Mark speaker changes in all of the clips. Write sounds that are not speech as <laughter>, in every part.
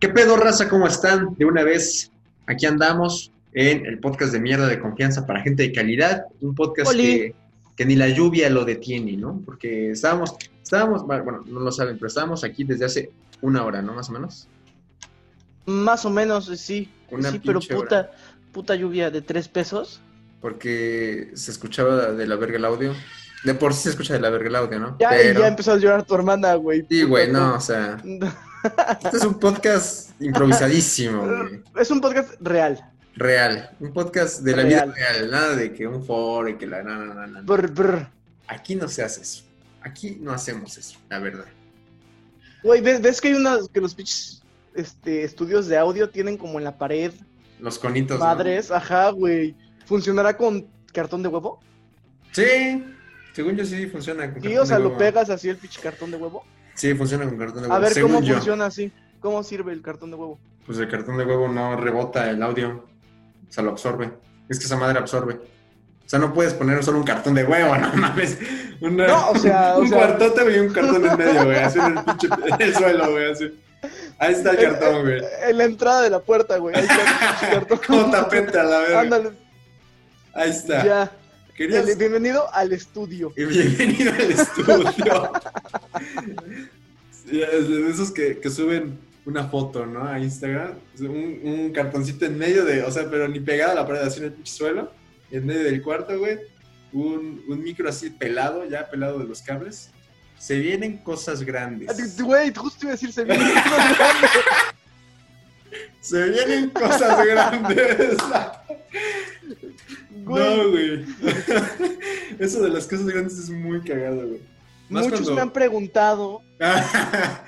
Speaker 1: ¿Qué pedo, raza? ¿Cómo están? De una vez, aquí andamos en el podcast de mierda de confianza para gente de calidad. Un podcast que, que, ni la lluvia lo detiene, ¿no? Porque estábamos, estábamos, bueno, no lo saben, pero estábamos aquí desde hace una hora, ¿no? Más o menos.
Speaker 2: Más o menos, eh, sí.
Speaker 1: Una
Speaker 2: sí, pero puta, hora. puta lluvia de tres pesos.
Speaker 1: Porque se escuchaba de la verga el audio. De por sí se escucha de la verga el audio, ¿no?
Speaker 2: Ya, pero... ya empezó a llorar tu hermana, güey.
Speaker 1: Sí, güey, no, o sea. Este es un podcast improvisadísimo, güey.
Speaker 2: <laughs> Es un podcast real.
Speaker 1: Real. Un podcast de la real. vida real. Nada de que un foro y que la. No, no, no, no.
Speaker 2: Brr, brr.
Speaker 1: Aquí no se hace eso. Aquí no hacemos eso, la verdad.
Speaker 2: Güey, ¿ves, ¿ves, que hay unas. que los pitch, este, estudios de audio tienen como en la pared.
Speaker 1: Los conitos.
Speaker 2: Madres, ¿no? ajá, güey. ¿Funcionará con cartón de huevo?
Speaker 1: Sí. Según yo sí funciona con
Speaker 2: sí, cartón o sea, de huevo. lo pegas así el pinche cartón de huevo.
Speaker 1: Sí, funciona con cartón de huevo.
Speaker 2: A ver
Speaker 1: Según
Speaker 2: cómo
Speaker 1: yo.
Speaker 2: funciona así. ¿Cómo sirve el cartón
Speaker 1: <laughs>
Speaker 2: de huevo?
Speaker 1: Pues el cartón de huevo no rebota el audio. O sea, lo absorbe. Es que esa madre absorbe. O sea, no puedes poner solo un cartón de huevo, <laughs> no mames. Una,
Speaker 2: no, o sea.
Speaker 1: un
Speaker 2: o sea...
Speaker 1: cuartote y un cartón en medio, güey. Así en el pinche en
Speaker 2: <laughs>
Speaker 1: el suelo, güey. Así. Ahí está el cartón, güey.
Speaker 2: En la entrada de la puerta, güey. Ahí está
Speaker 1: <laughs> el cartón. Como tapete a la verga.
Speaker 2: Ándale.
Speaker 1: Ahí está.
Speaker 2: Ya. El, bienvenido al estudio.
Speaker 1: <laughs> Bienvenido al estudio. sí, es de esos que, que, suben una foto, ¿no? A Instagram. Un, un, cartoncito en medio de, o sea, pero ni pegada a la pared, así en el suelo, en medio del cuarto, güey. Un, un micro así pelado, ya pelado de los cables. Se vienen cosas grandes.
Speaker 2: Ah, Güey, justo iba a decir, se vienen <laughs> cosas grandes.
Speaker 1: se vienen cosas grandes. Güey. No, güey. <laughs> Eso de las cosas grandes es muy cagado, güey.
Speaker 2: Más Muchos cuando... me han preguntado.
Speaker 1: <laughs>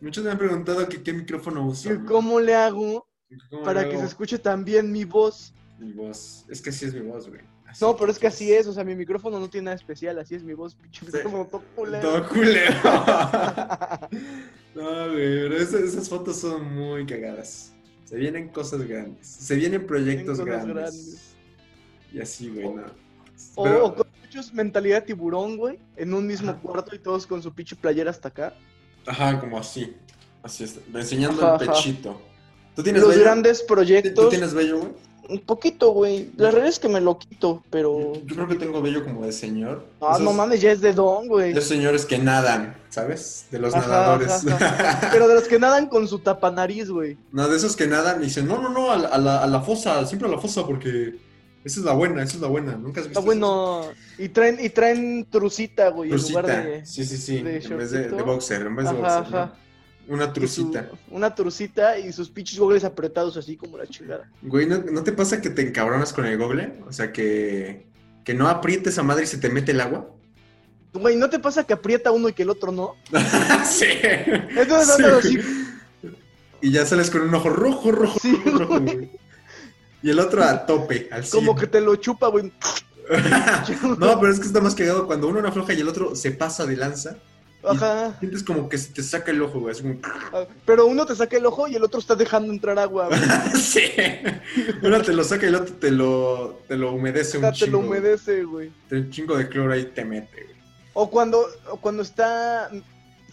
Speaker 1: Muchos me han preguntado que qué micrófono uso.
Speaker 2: Que ¿Cómo güey? le hago ¿Cómo para le hago? que se escuche también mi voz?
Speaker 1: Mi voz. Es que así es mi voz, güey. Así
Speaker 2: no, pero es que así es. O sea, mi micrófono no tiene nada especial. Así es mi voz, pinche sí. micrófono todo culero.
Speaker 1: Todo culero.
Speaker 2: <laughs>
Speaker 1: <laughs> no, güey, pero esas, esas, fotos son muy cagadas. Se vienen cosas grandes. Se vienen proyectos se vienen grandes. grandes. Y así, güey, no.
Speaker 2: O, Pero, o, con muchos mentalidad tiburón, güey, en un mismo ajá. cuarto y todos con su pinche playera hasta acá.
Speaker 1: Ajá, como así. Así está. Enseñando ajá, el pechito. Ajá.
Speaker 2: ¿Tú tienes Los bello? grandes proyectos.
Speaker 1: ¿Tú tienes bello, güey?
Speaker 2: Un poquito, güey. La realidad es que me lo quito, pero.
Speaker 1: Yo creo que tengo bello como de señor.
Speaker 2: Ah, Mm. Esos... no mames, ya es de don, güey.
Speaker 1: Los señores que nadan, ¿sabes? De los ajá, nadadores. <laughs>
Speaker 2: Ajá, pero de los que nadan con su tapanariz, güey.
Speaker 1: No, de esos que nadan y dicen, no, no, no, a la, a la, a la fosa, siempre a la fosa porque. Esa es la buena, esa es la buena. Nunca has visto.
Speaker 2: Ah, bueno. Eso? Y traen, y traen trucita, güey,
Speaker 1: trucita.
Speaker 2: en lugar de.
Speaker 1: Sí, sí, sí. De en vez de, de, boxer, en vez ajá, de boxer. Ajá. ¿no? Una trucita.
Speaker 2: Su, una trucita y sus pinches gogles apretados así como la chingada.
Speaker 1: Güey, ¿no, ¿no, te pasa que te encabronas con el gogle? O sea, que, que no aprietes a madre y se te mete el agua. <laughs>
Speaker 2: Güey, ¿no te pasa que aprieta uno y que el otro no?
Speaker 1: sí.
Speaker 2: Entonces sí. así.
Speaker 1: Y ya sales con un ojo rojo, rojo,
Speaker 2: sí,
Speaker 1: rojo, rojo, güey. Y el otro a tope, al
Speaker 2: Como que te lo chupa, güey.
Speaker 1: no, pero es que está más cagado cuando uno no afloja y el otro se pasa de lanza.
Speaker 2: <laughs> Ajá. ah,
Speaker 1: Sientes como que se te saca el ojo, güey. Es como...
Speaker 2: Pero uno te saca el ojo y el otro está dejando
Speaker 1: <laughs>
Speaker 2: entrar agua, güey.
Speaker 1: "Ah, sí. Uno te lo saca y el otro te lo, te lo humedece o sea, un
Speaker 2: chingo. Ah, Te lo humedece, güey.
Speaker 1: Un chingo de cloro ahí te mete, güey. <laughs>
Speaker 2: O cuando, o cuando está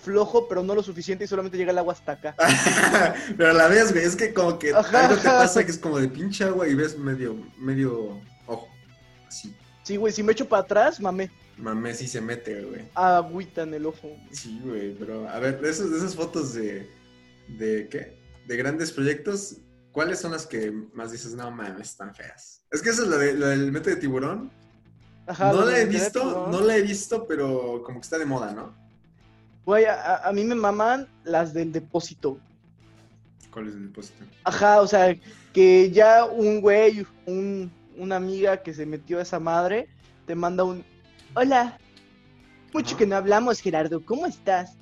Speaker 2: flojo, pero no lo suficiente y solamente llega el agua hasta acá.
Speaker 1: pero a la vez, güey, es que como que ajá, algo te pasa que es como de pinche agua y ves medio, medio ojo. Así.
Speaker 2: Sí, güey, si me echo para atrás, mamé.
Speaker 1: Mamé sí se mete, güey.
Speaker 2: Agüita en el ojo. Güey.
Speaker 1: Sí, güey, pero a ver, de esas, esas fotos de, de qué? De grandes proyectos, ¿cuáles son las que más dices, no mames, están feas? Es que esa es la, de, la del mete de tiburón. Ajá, no la he visto, tiburón. no la he visto, pero como que está de moda, ¿no?
Speaker 2: Güey, a, a, mí me maman las del depósito.
Speaker 1: ¿Cuál es el depósito?
Speaker 2: Ajá, o sea, que ya un güey, un, una amiga que se metió a esa madre, te manda un... Hola, mucho Ajá. que no hablamos, Gerardo, ¿cómo estás?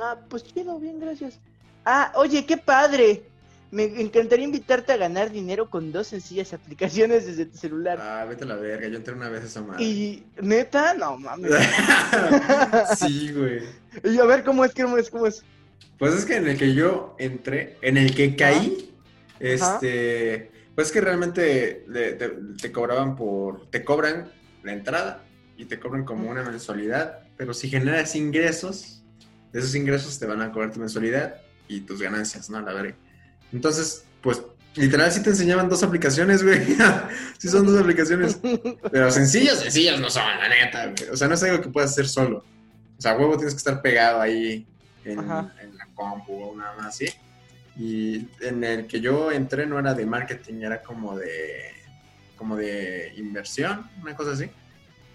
Speaker 2: Ah, pues chido, bien, gracias. Ah, oye, qué padre. Me encantaría invitarte a ganar dinero con dos sencillas aplicaciones desde tu celular.
Speaker 1: Ah, vete a la verga, yo entré una vez a esa Ah, madre.
Speaker 2: Y neta, no mames.
Speaker 1: <laughs> sí, güey.
Speaker 2: Y a ver cómo es, cómo es, cómo es.
Speaker 1: Pues es que en el que yo entré, en el que caí, Ajá. este, pues que realmente le, te, te, cobraban por, te cobran la entrada y te cobran como una mensualidad, pero si generas ingresos, de esos ingresos te van a cobrar tu mensualidad y tus ganancias, ¿no? La verga. Entonces, pues, literal sí te enseñaban dos aplicaciones, güey. <laughs> sí son dos aplicaciones. Pero sencillas, sencillas no son, la neta, güey. O sea, no es algo que puedas hacer solo. O sea, huevo tienes que estar pegado ahí en, en la compu o nada más así. Y en el que yo entré no era de marketing, era como de como de inversión, una cosa así.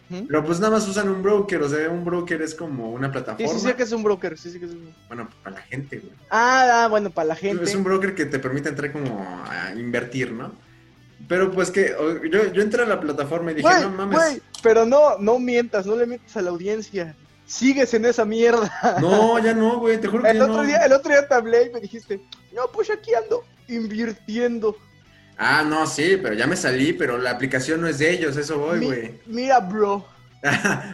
Speaker 2: ¿Mm?
Speaker 1: Pero pues nada más usan un broker, o sea, un broker es como una
Speaker 2: Sí,
Speaker 1: plataforma.
Speaker 2: sí, sé que es un broker. Sí, sí que es un...
Speaker 1: Bueno, para la gente, güey.
Speaker 2: Ah, ah, bueno, para la gente.
Speaker 1: Es un broker que te permite entrar como a invertir, ¿no? Pero pues que o- yo, yo entré a la plataforma y dije,
Speaker 2: Güey,
Speaker 1: no mames.
Speaker 2: güey, pero no, no mientas, no le mientas a la audiencia. Sigues en
Speaker 1: <laughs>
Speaker 2: esa mierda.
Speaker 1: No, ya no, güey, te juro que
Speaker 2: El
Speaker 1: ya
Speaker 2: otro
Speaker 1: no.
Speaker 2: día, el otro día te hablé y me dijiste, no, pues aquí ando invirtiendo.
Speaker 1: Ah, no, sí, pero ya me salí, pero la aplicación no es de ellos, eso voy,
Speaker 2: Mi-
Speaker 1: güey. <laughs>
Speaker 2: mira, bro.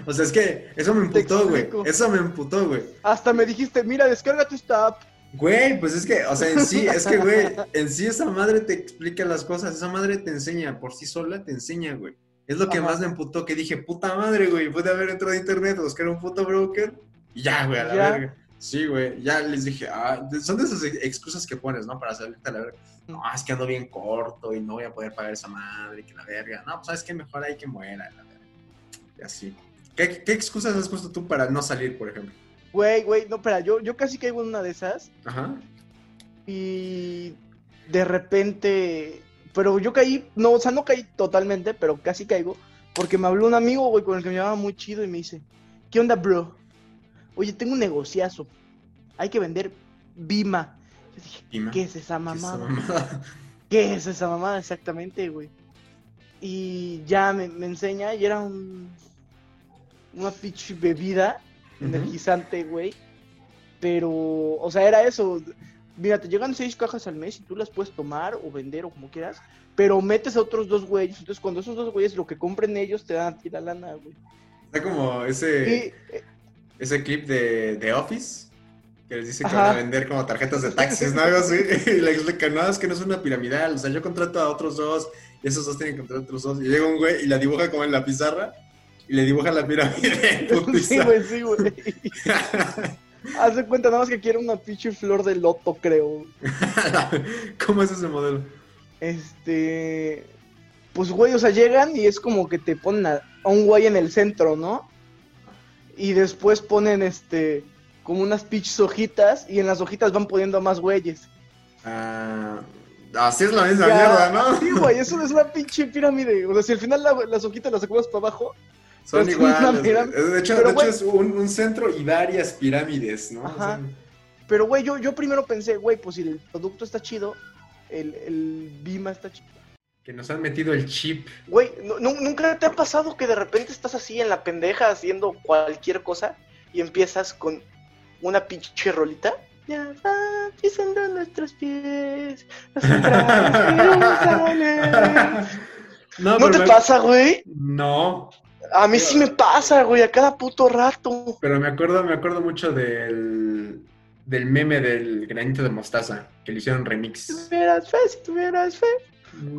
Speaker 1: o sea, es que eso me
Speaker 2: Te
Speaker 1: emputó, güey.
Speaker 2: explico.
Speaker 1: Eso me emputó, güey.
Speaker 2: Hasta me dijiste, mira, descarga tu esta app.
Speaker 1: Güey, pues es que, o sea, en sí, es que,
Speaker 2: <laughs>
Speaker 1: güey, en sí esa madre te explica las cosas, esa madre te enseña, por sí sola te enseña, güey. Es lo que
Speaker 2: Ajá.
Speaker 1: más me emputó, que dije, puta madre, güey, pude haber entrado a internet, buscar un puto broker, y ya, güey, a la
Speaker 2: Ya.
Speaker 1: verga. Sí, güey, ya les dije, ah, de- son de esas ex- excusas que pones, ¿no? Para salirte a la verga.
Speaker 2: Mm.
Speaker 1: No, es que ando bien corto y no voy a poder pagar esa madre, que la verga. No, pues sabes que mejor hay que muera, la verga. Y así. ¿Qué, qué excusas has puesto tú para no salir, por ejemplo?
Speaker 2: Güey, güey, no, espera, yo, yo casi caigo en una de esas
Speaker 1: Ajá.
Speaker 2: y de repente, pero yo caí, no, o sea, no caí totalmente, pero casi caigo, porque me habló un amigo, güey, con el que me llevaba muy chido y me dice, ¿qué onda, bro? Oye, tengo un negociazo, hay que vender Bima. Yo dije,
Speaker 1: Dime.
Speaker 2: ¿qué es esa
Speaker 1: ¿Qué es esa
Speaker 2: mamada?
Speaker 1: mamada?
Speaker 2: ¿Qué es esa mamada exactamente, güey? Y ya me, me enseña y era un, una pinche bebida energizante, güey. Pero, o sea, era eso. Mira, te llegan seis cajas al mes y tú las puedes tomar o vender o como quieras, pero metes a otros dos güeyes. Entonces, cuando esos dos güeyes lo que compren ellos te dan a ti la lana, güey.
Speaker 1: Está como ese,
Speaker 2: Y, eh,
Speaker 1: ese clip de, de Office que les dice que
Speaker 2: Ajá.
Speaker 1: van a vender como tarjetas de taxis, ¿no? Algo así.
Speaker 2: <laughs>
Speaker 1: Y le explican, no, es que no es una piramidal. O sea, yo contrato a otros dos y esos dos tienen que contratar a otros dos. Y llega un güey y la dibuja como en la pizarra y le dibuja la pirámide. <laughs> en
Speaker 2: sí, <laughs>
Speaker 1: putiza.
Speaker 2: güey, sí, güey. Haz de cuenta, nada más que quiero una pinche flor de loto, creo.
Speaker 1: <laughs> ¿Cómo es ese modelo?
Speaker 2: Este. Pues, güey, o sea, llegan y es como que te ponen a, a un güey en el centro, ¿no? Y después ponen, este, como unas pinches hojitas y en las hojitas van poniendo a más güeyes.
Speaker 1: Ah, así es la misma
Speaker 2: Ya,
Speaker 1: mierda, ¿no?
Speaker 2: Sí, güey, eso es una pinche pirámide. O sea, si al final la- las hojitas las acomodas para abajo.
Speaker 1: Son
Speaker 2: es
Speaker 1: iguales.
Speaker 2: una pirámide.
Speaker 1: güey. De hecho,
Speaker 2: Pero,
Speaker 1: de hecho
Speaker 2: güey-
Speaker 1: es un, un centro y varias pirámides, ¿no? O
Speaker 2: Ajá.
Speaker 1: sea,
Speaker 2: Pero, güey, yo, yo primero pensé, güey, pues si el producto está chido, el, el Bima está chido.
Speaker 1: que nos han metido el chip.
Speaker 2: Güey, ¿nu- nu- ¿nunca te ha pasado que de repente estás así en la pendeja haciendo cualquier cosa y empiezas con una pinche rolita? Ya van pisando nuestros pies, los umbrales.
Speaker 1: No,
Speaker 2: ¿No
Speaker 1: pero
Speaker 2: te
Speaker 1: me-
Speaker 2: pasa, güey?
Speaker 1: No,
Speaker 2: A mí sí me pasa, güey, a cada puto rato.
Speaker 1: pero me acuerdo, me acuerdo mucho del, del meme del granito de mostaza, que le hicieron
Speaker 2: Si
Speaker 1: remix.
Speaker 2: tuvieras fe, si tuvieras fe.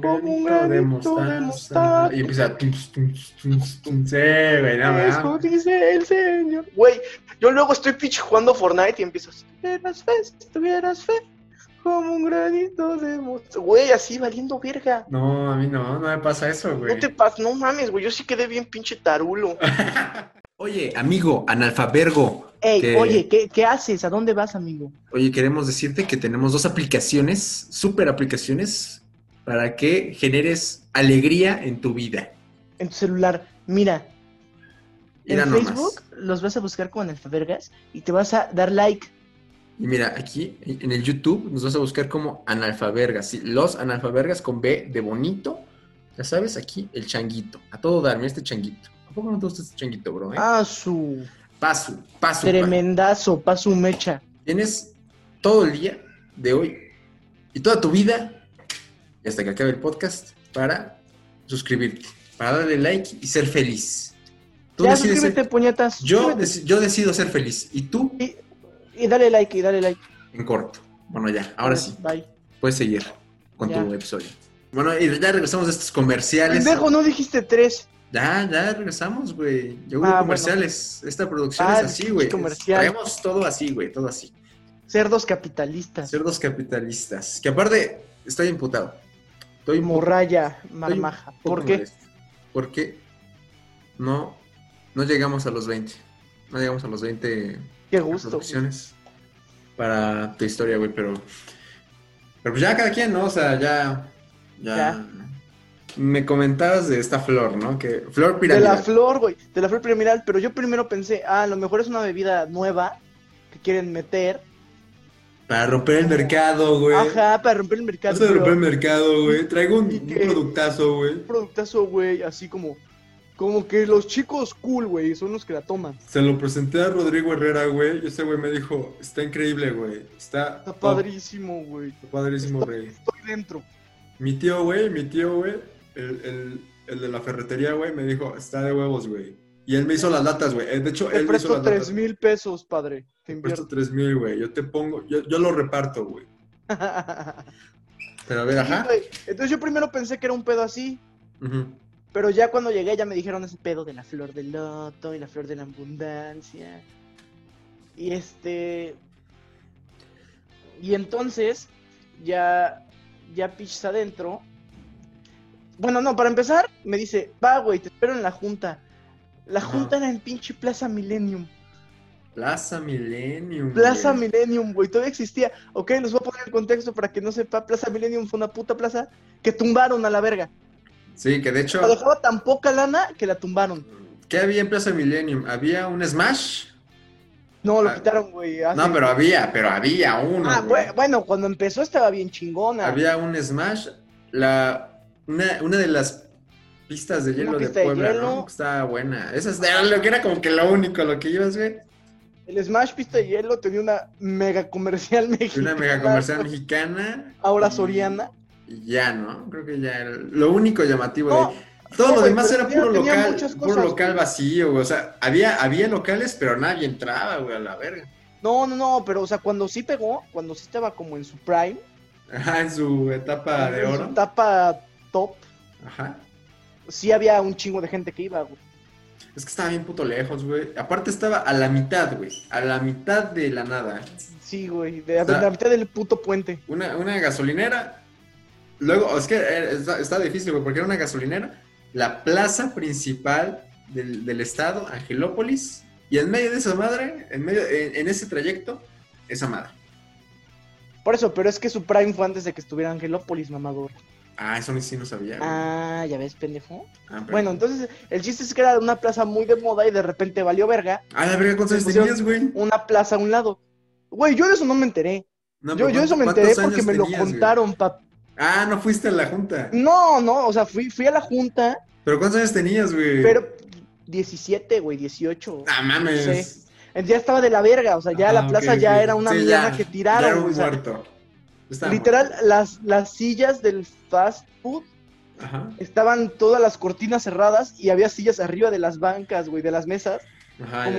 Speaker 2: Como un granito de mostaza.
Speaker 1: Y empieza. tum, tum, tum, tum. Sí, güey, no,
Speaker 2: Es
Speaker 1: ¿verdad?
Speaker 2: como dice el Señor. Güey, yo luego estoy pinche jugando Fortnite y empiezo. Si tuvieras fe, si tuvieras fe, como un granito de mostaza. Güey, así valiendo verga.
Speaker 1: No, a mí no, no me pasa eso, güey.
Speaker 2: No te pas, no mames, güey. Yo sí quedé bien
Speaker 1: <laughs>
Speaker 2: pinche tarulo.
Speaker 1: Oye, amigo, analfabergo.
Speaker 2: Ey,
Speaker 1: ¿Qué?
Speaker 2: oye, ¿qué, qué haces? ¿A dónde vas, amigo?
Speaker 1: Oye, queremos decirte que tenemos dos aplicaciones, super aplicaciones, para que generes alegría en tu vida.
Speaker 2: En tu celular. Mira, en
Speaker 1: Mira nomás.
Speaker 2: Facebook los vas a buscar como analfabergas y te vas a dar like.
Speaker 1: ¿Eh? Y mira, aquí en el YouTube nos vas a buscar como analfabergas, ¿sí? los analfabergas con B de bonito. Ya sabes, aquí el changuito. A todo darme este changuito. ¿A poco no te gusta este changuito, bro? Eh?
Speaker 2: Ah, su
Speaker 1: paso, paso.
Speaker 2: tremendazo, paso mecha.
Speaker 1: Tienes todo el día de hoy y toda tu vida, y hasta que acabe el podcast, para suscribirte, para darle like y ser feliz. Tú
Speaker 2: Ya,
Speaker 1: decides ser-
Speaker 2: suscríbete, puñetas.
Speaker 1: yo,
Speaker 2: suscríbete.
Speaker 1: deci- yo decido ser feliz y tú
Speaker 2: Y dale like, y dale like.
Speaker 1: en corto. Bueno, ya, ahora sí.
Speaker 2: Bye.
Speaker 1: Puedes seguir con
Speaker 2: Ya.
Speaker 1: tu episodio. Bueno, y ya regresamos de estos comerciales.
Speaker 2: Pendejo, no dijiste tres.
Speaker 1: Ya, ya regresamos, güey. Yo hubo
Speaker 2: Ah, bueno.
Speaker 1: comerciales. Esta producción
Speaker 2: Ah,
Speaker 1: es así, güey.
Speaker 2: comercial.
Speaker 1: Traemos todo así, güey, todo así.
Speaker 2: Cerdos capitalistas.
Speaker 1: Cerdos capitalistas. Que aparte, estoy imputado. Estoy un poco-
Speaker 2: Morralla,
Speaker 1: estoy un
Speaker 2: marmaja.
Speaker 1: poco
Speaker 2: ¿Por qué?
Speaker 1: molesto. Porque no, no llegamos a los 20. No llegamos a los 20
Speaker 2: Qué gusto.
Speaker 1: reproducciones para tu historia, güey, pero. Pero pues ya cada quien, ¿no? O sea, ya. Ya.
Speaker 2: Ya.
Speaker 1: Me comentabas de esta flor, ¿no? Que flor
Speaker 2: De
Speaker 1: piramidal.
Speaker 2: la flor, güey. De la flor piramidal. Pero yo primero pensé, ah, a lo mejor es una bebida nueva que quieren meter.
Speaker 1: Para romper el mercado, güey.
Speaker 2: Ajá, para romper el mercado.
Speaker 1: Vas a
Speaker 2: pero
Speaker 1: romper el mercado, güey. Traigo un,
Speaker 2: ¿Y
Speaker 1: un
Speaker 2: qué?
Speaker 1: productazo, güey.
Speaker 2: Un productazo, güey, así como... Como que los chicos cool, güey, son los que la toman.
Speaker 1: Se lo presenté a Rodrigo Herrera, güey. Y ese güey me dijo, está increíble, güey. Está,
Speaker 2: Está
Speaker 1: top,
Speaker 2: padrísimo, güey.
Speaker 1: está padrísimo, güey.
Speaker 2: Estoy dentro.
Speaker 1: Mi tío, güey, mi tío, güey, el, el- el de la ferretería, güey, me dijo, está de huevos, güey. Y él me hizo las latas, güey. Eh, De hecho, él
Speaker 2: Te
Speaker 1: me hizo
Speaker 2: presto
Speaker 1: las
Speaker 2: tres
Speaker 1: latas.
Speaker 2: mil pesos, padre. Te
Speaker 1: Te presto
Speaker 2: invierto. <laughs>
Speaker 1: tres mil, güey. Yo te pongo, yo, yo lo reparto, güey. Pero a ver,
Speaker 2: Sí,
Speaker 1: ajá.
Speaker 2: güey. Entonces yo primero pensé que era un pedo así,
Speaker 1: Ujú.
Speaker 2: pero ya cuando llegué ya me dijeron ese pedo de la flor del loto y la flor de la abundancia. Y este... Y entonces ya, ya piches adentro. Bueno, no, para empezar me dice, va, güey, te espero en la junta. La
Speaker 1: Ajá.
Speaker 2: junta era en pinche Plaza Millennium.
Speaker 1: Plaza Millennium.
Speaker 2: Plaza
Speaker 1: güey.
Speaker 2: Millennium, güey, todavía existía. Ok, los voy a poner en contexto para que no sepa. Plaza Millennium fue una puta plaza que tumbaron a la verga.
Speaker 1: Sí, que de hecho,
Speaker 2: La dejaba tan poca lana que la tumbaron.
Speaker 1: ¿qué había en Plaza Millennium? ¿Había un Smash?
Speaker 2: No, lo
Speaker 1: Ah,
Speaker 2: quitaron, güey. hace-
Speaker 1: No, pero había, pero había uno,
Speaker 2: Ah,
Speaker 1: güey.
Speaker 2: bu- bueno, cuando empezó estaba bien chingona.
Speaker 1: Había un Smash, la, una, una de las pistas de hielo de
Speaker 2: pista de
Speaker 1: Puebla,
Speaker 2: hielo.
Speaker 1: ¿no? Estaba buena. Esa es era lo que era como que lo único, lo que ibas, güey.
Speaker 2: El Smash Pista de Hielo tenía una mega comercial <laughs>
Speaker 1: Y
Speaker 2: mexicana.
Speaker 1: Una mega comercial mexicana.
Speaker 2: Ahora
Speaker 1: y-
Speaker 2: Soriana.
Speaker 1: Y ya, ¿no? Creo que ya era lo único llamativo
Speaker 2: No,
Speaker 1: de todo
Speaker 2: no,
Speaker 1: lo
Speaker 2: güey,
Speaker 1: demás
Speaker 2: pero
Speaker 1: era
Speaker 2: tenía-
Speaker 1: puro
Speaker 2: tenía
Speaker 1: local,
Speaker 2: muchas
Speaker 1: puro
Speaker 2: cosas,
Speaker 1: local
Speaker 2: güey.
Speaker 1: vacío, güey. O sea, había, había locales, pero nadie entraba, güey, a la verga.
Speaker 2: No, no, no, pero o sea, cuando sí pegó, cuando sí estaba como en su prime,
Speaker 1: Ajá, en su etapa Ah, de
Speaker 2: en su
Speaker 1: oro.
Speaker 2: etapa top,
Speaker 1: Ajá.
Speaker 2: sí había un chingo de gente que iba, güey.
Speaker 1: Es que estaba bien puto lejos, güey. Aparte estaba a la mitad, güey. A la mitad de la nada.
Speaker 2: Sí, güey, de,
Speaker 1: Está-
Speaker 2: de la mitad del puto puente.
Speaker 1: Una, una gasolinera. Luego, es que eh, está, está difícil, güey, porque era una gasolinera. La plaza principal del, del estado, Angelópolis. Y en medio de esa madre, en medio, en, en ese trayecto, esa madre.
Speaker 2: Por eso, pero es que su prime fue antes de que estuviera Angelópolis, mamador.
Speaker 1: Ah, eso ni sí no sabía, güey.
Speaker 2: Ah, ya ves, pendejo.
Speaker 1: Ah, pero-
Speaker 2: Bueno, entonces el chiste es que era una plaza muy de moda y de repente valió verga.
Speaker 1: Ah, la verga, ¿cuántos años
Speaker 2: pusieron-
Speaker 1: tenías, güey?
Speaker 2: Una plaza a un lado. Güey, yo de eso no me enteré.
Speaker 1: No,
Speaker 2: yo,
Speaker 1: pero
Speaker 2: yo de eso me
Speaker 1: ¿cuántos
Speaker 2: enteré
Speaker 1: años
Speaker 2: porque me lo
Speaker 1: tenías, güey?
Speaker 2: contaron, Mm. papá.
Speaker 1: Ah, no fuiste a la junta.
Speaker 2: No, no, o sea, fui, fui a la junta,
Speaker 1: Pero ¿cuántos años tenías, güey?
Speaker 2: pero 17, güey, 18.
Speaker 1: Ah, mames.
Speaker 2: Sí. Ya estaba de la verga, o sea, ya
Speaker 1: Ah,
Speaker 2: la
Speaker 1: ok,
Speaker 2: plaza ya
Speaker 1: ok.
Speaker 2: era una
Speaker 1: Sí, ya,
Speaker 2: mierda que
Speaker 1: ya era
Speaker 2: tiraron,
Speaker 1: un
Speaker 2: güey. o sea,
Speaker 1: muerto. Estaba
Speaker 2: literal, las, las sillas del fast food
Speaker 1: muerto. Ajá,
Speaker 2: estaban todas las cortinas cerradas y había sillas arriba de las bancas, güey, de las mesas,
Speaker 1: ajá,
Speaker 2: como,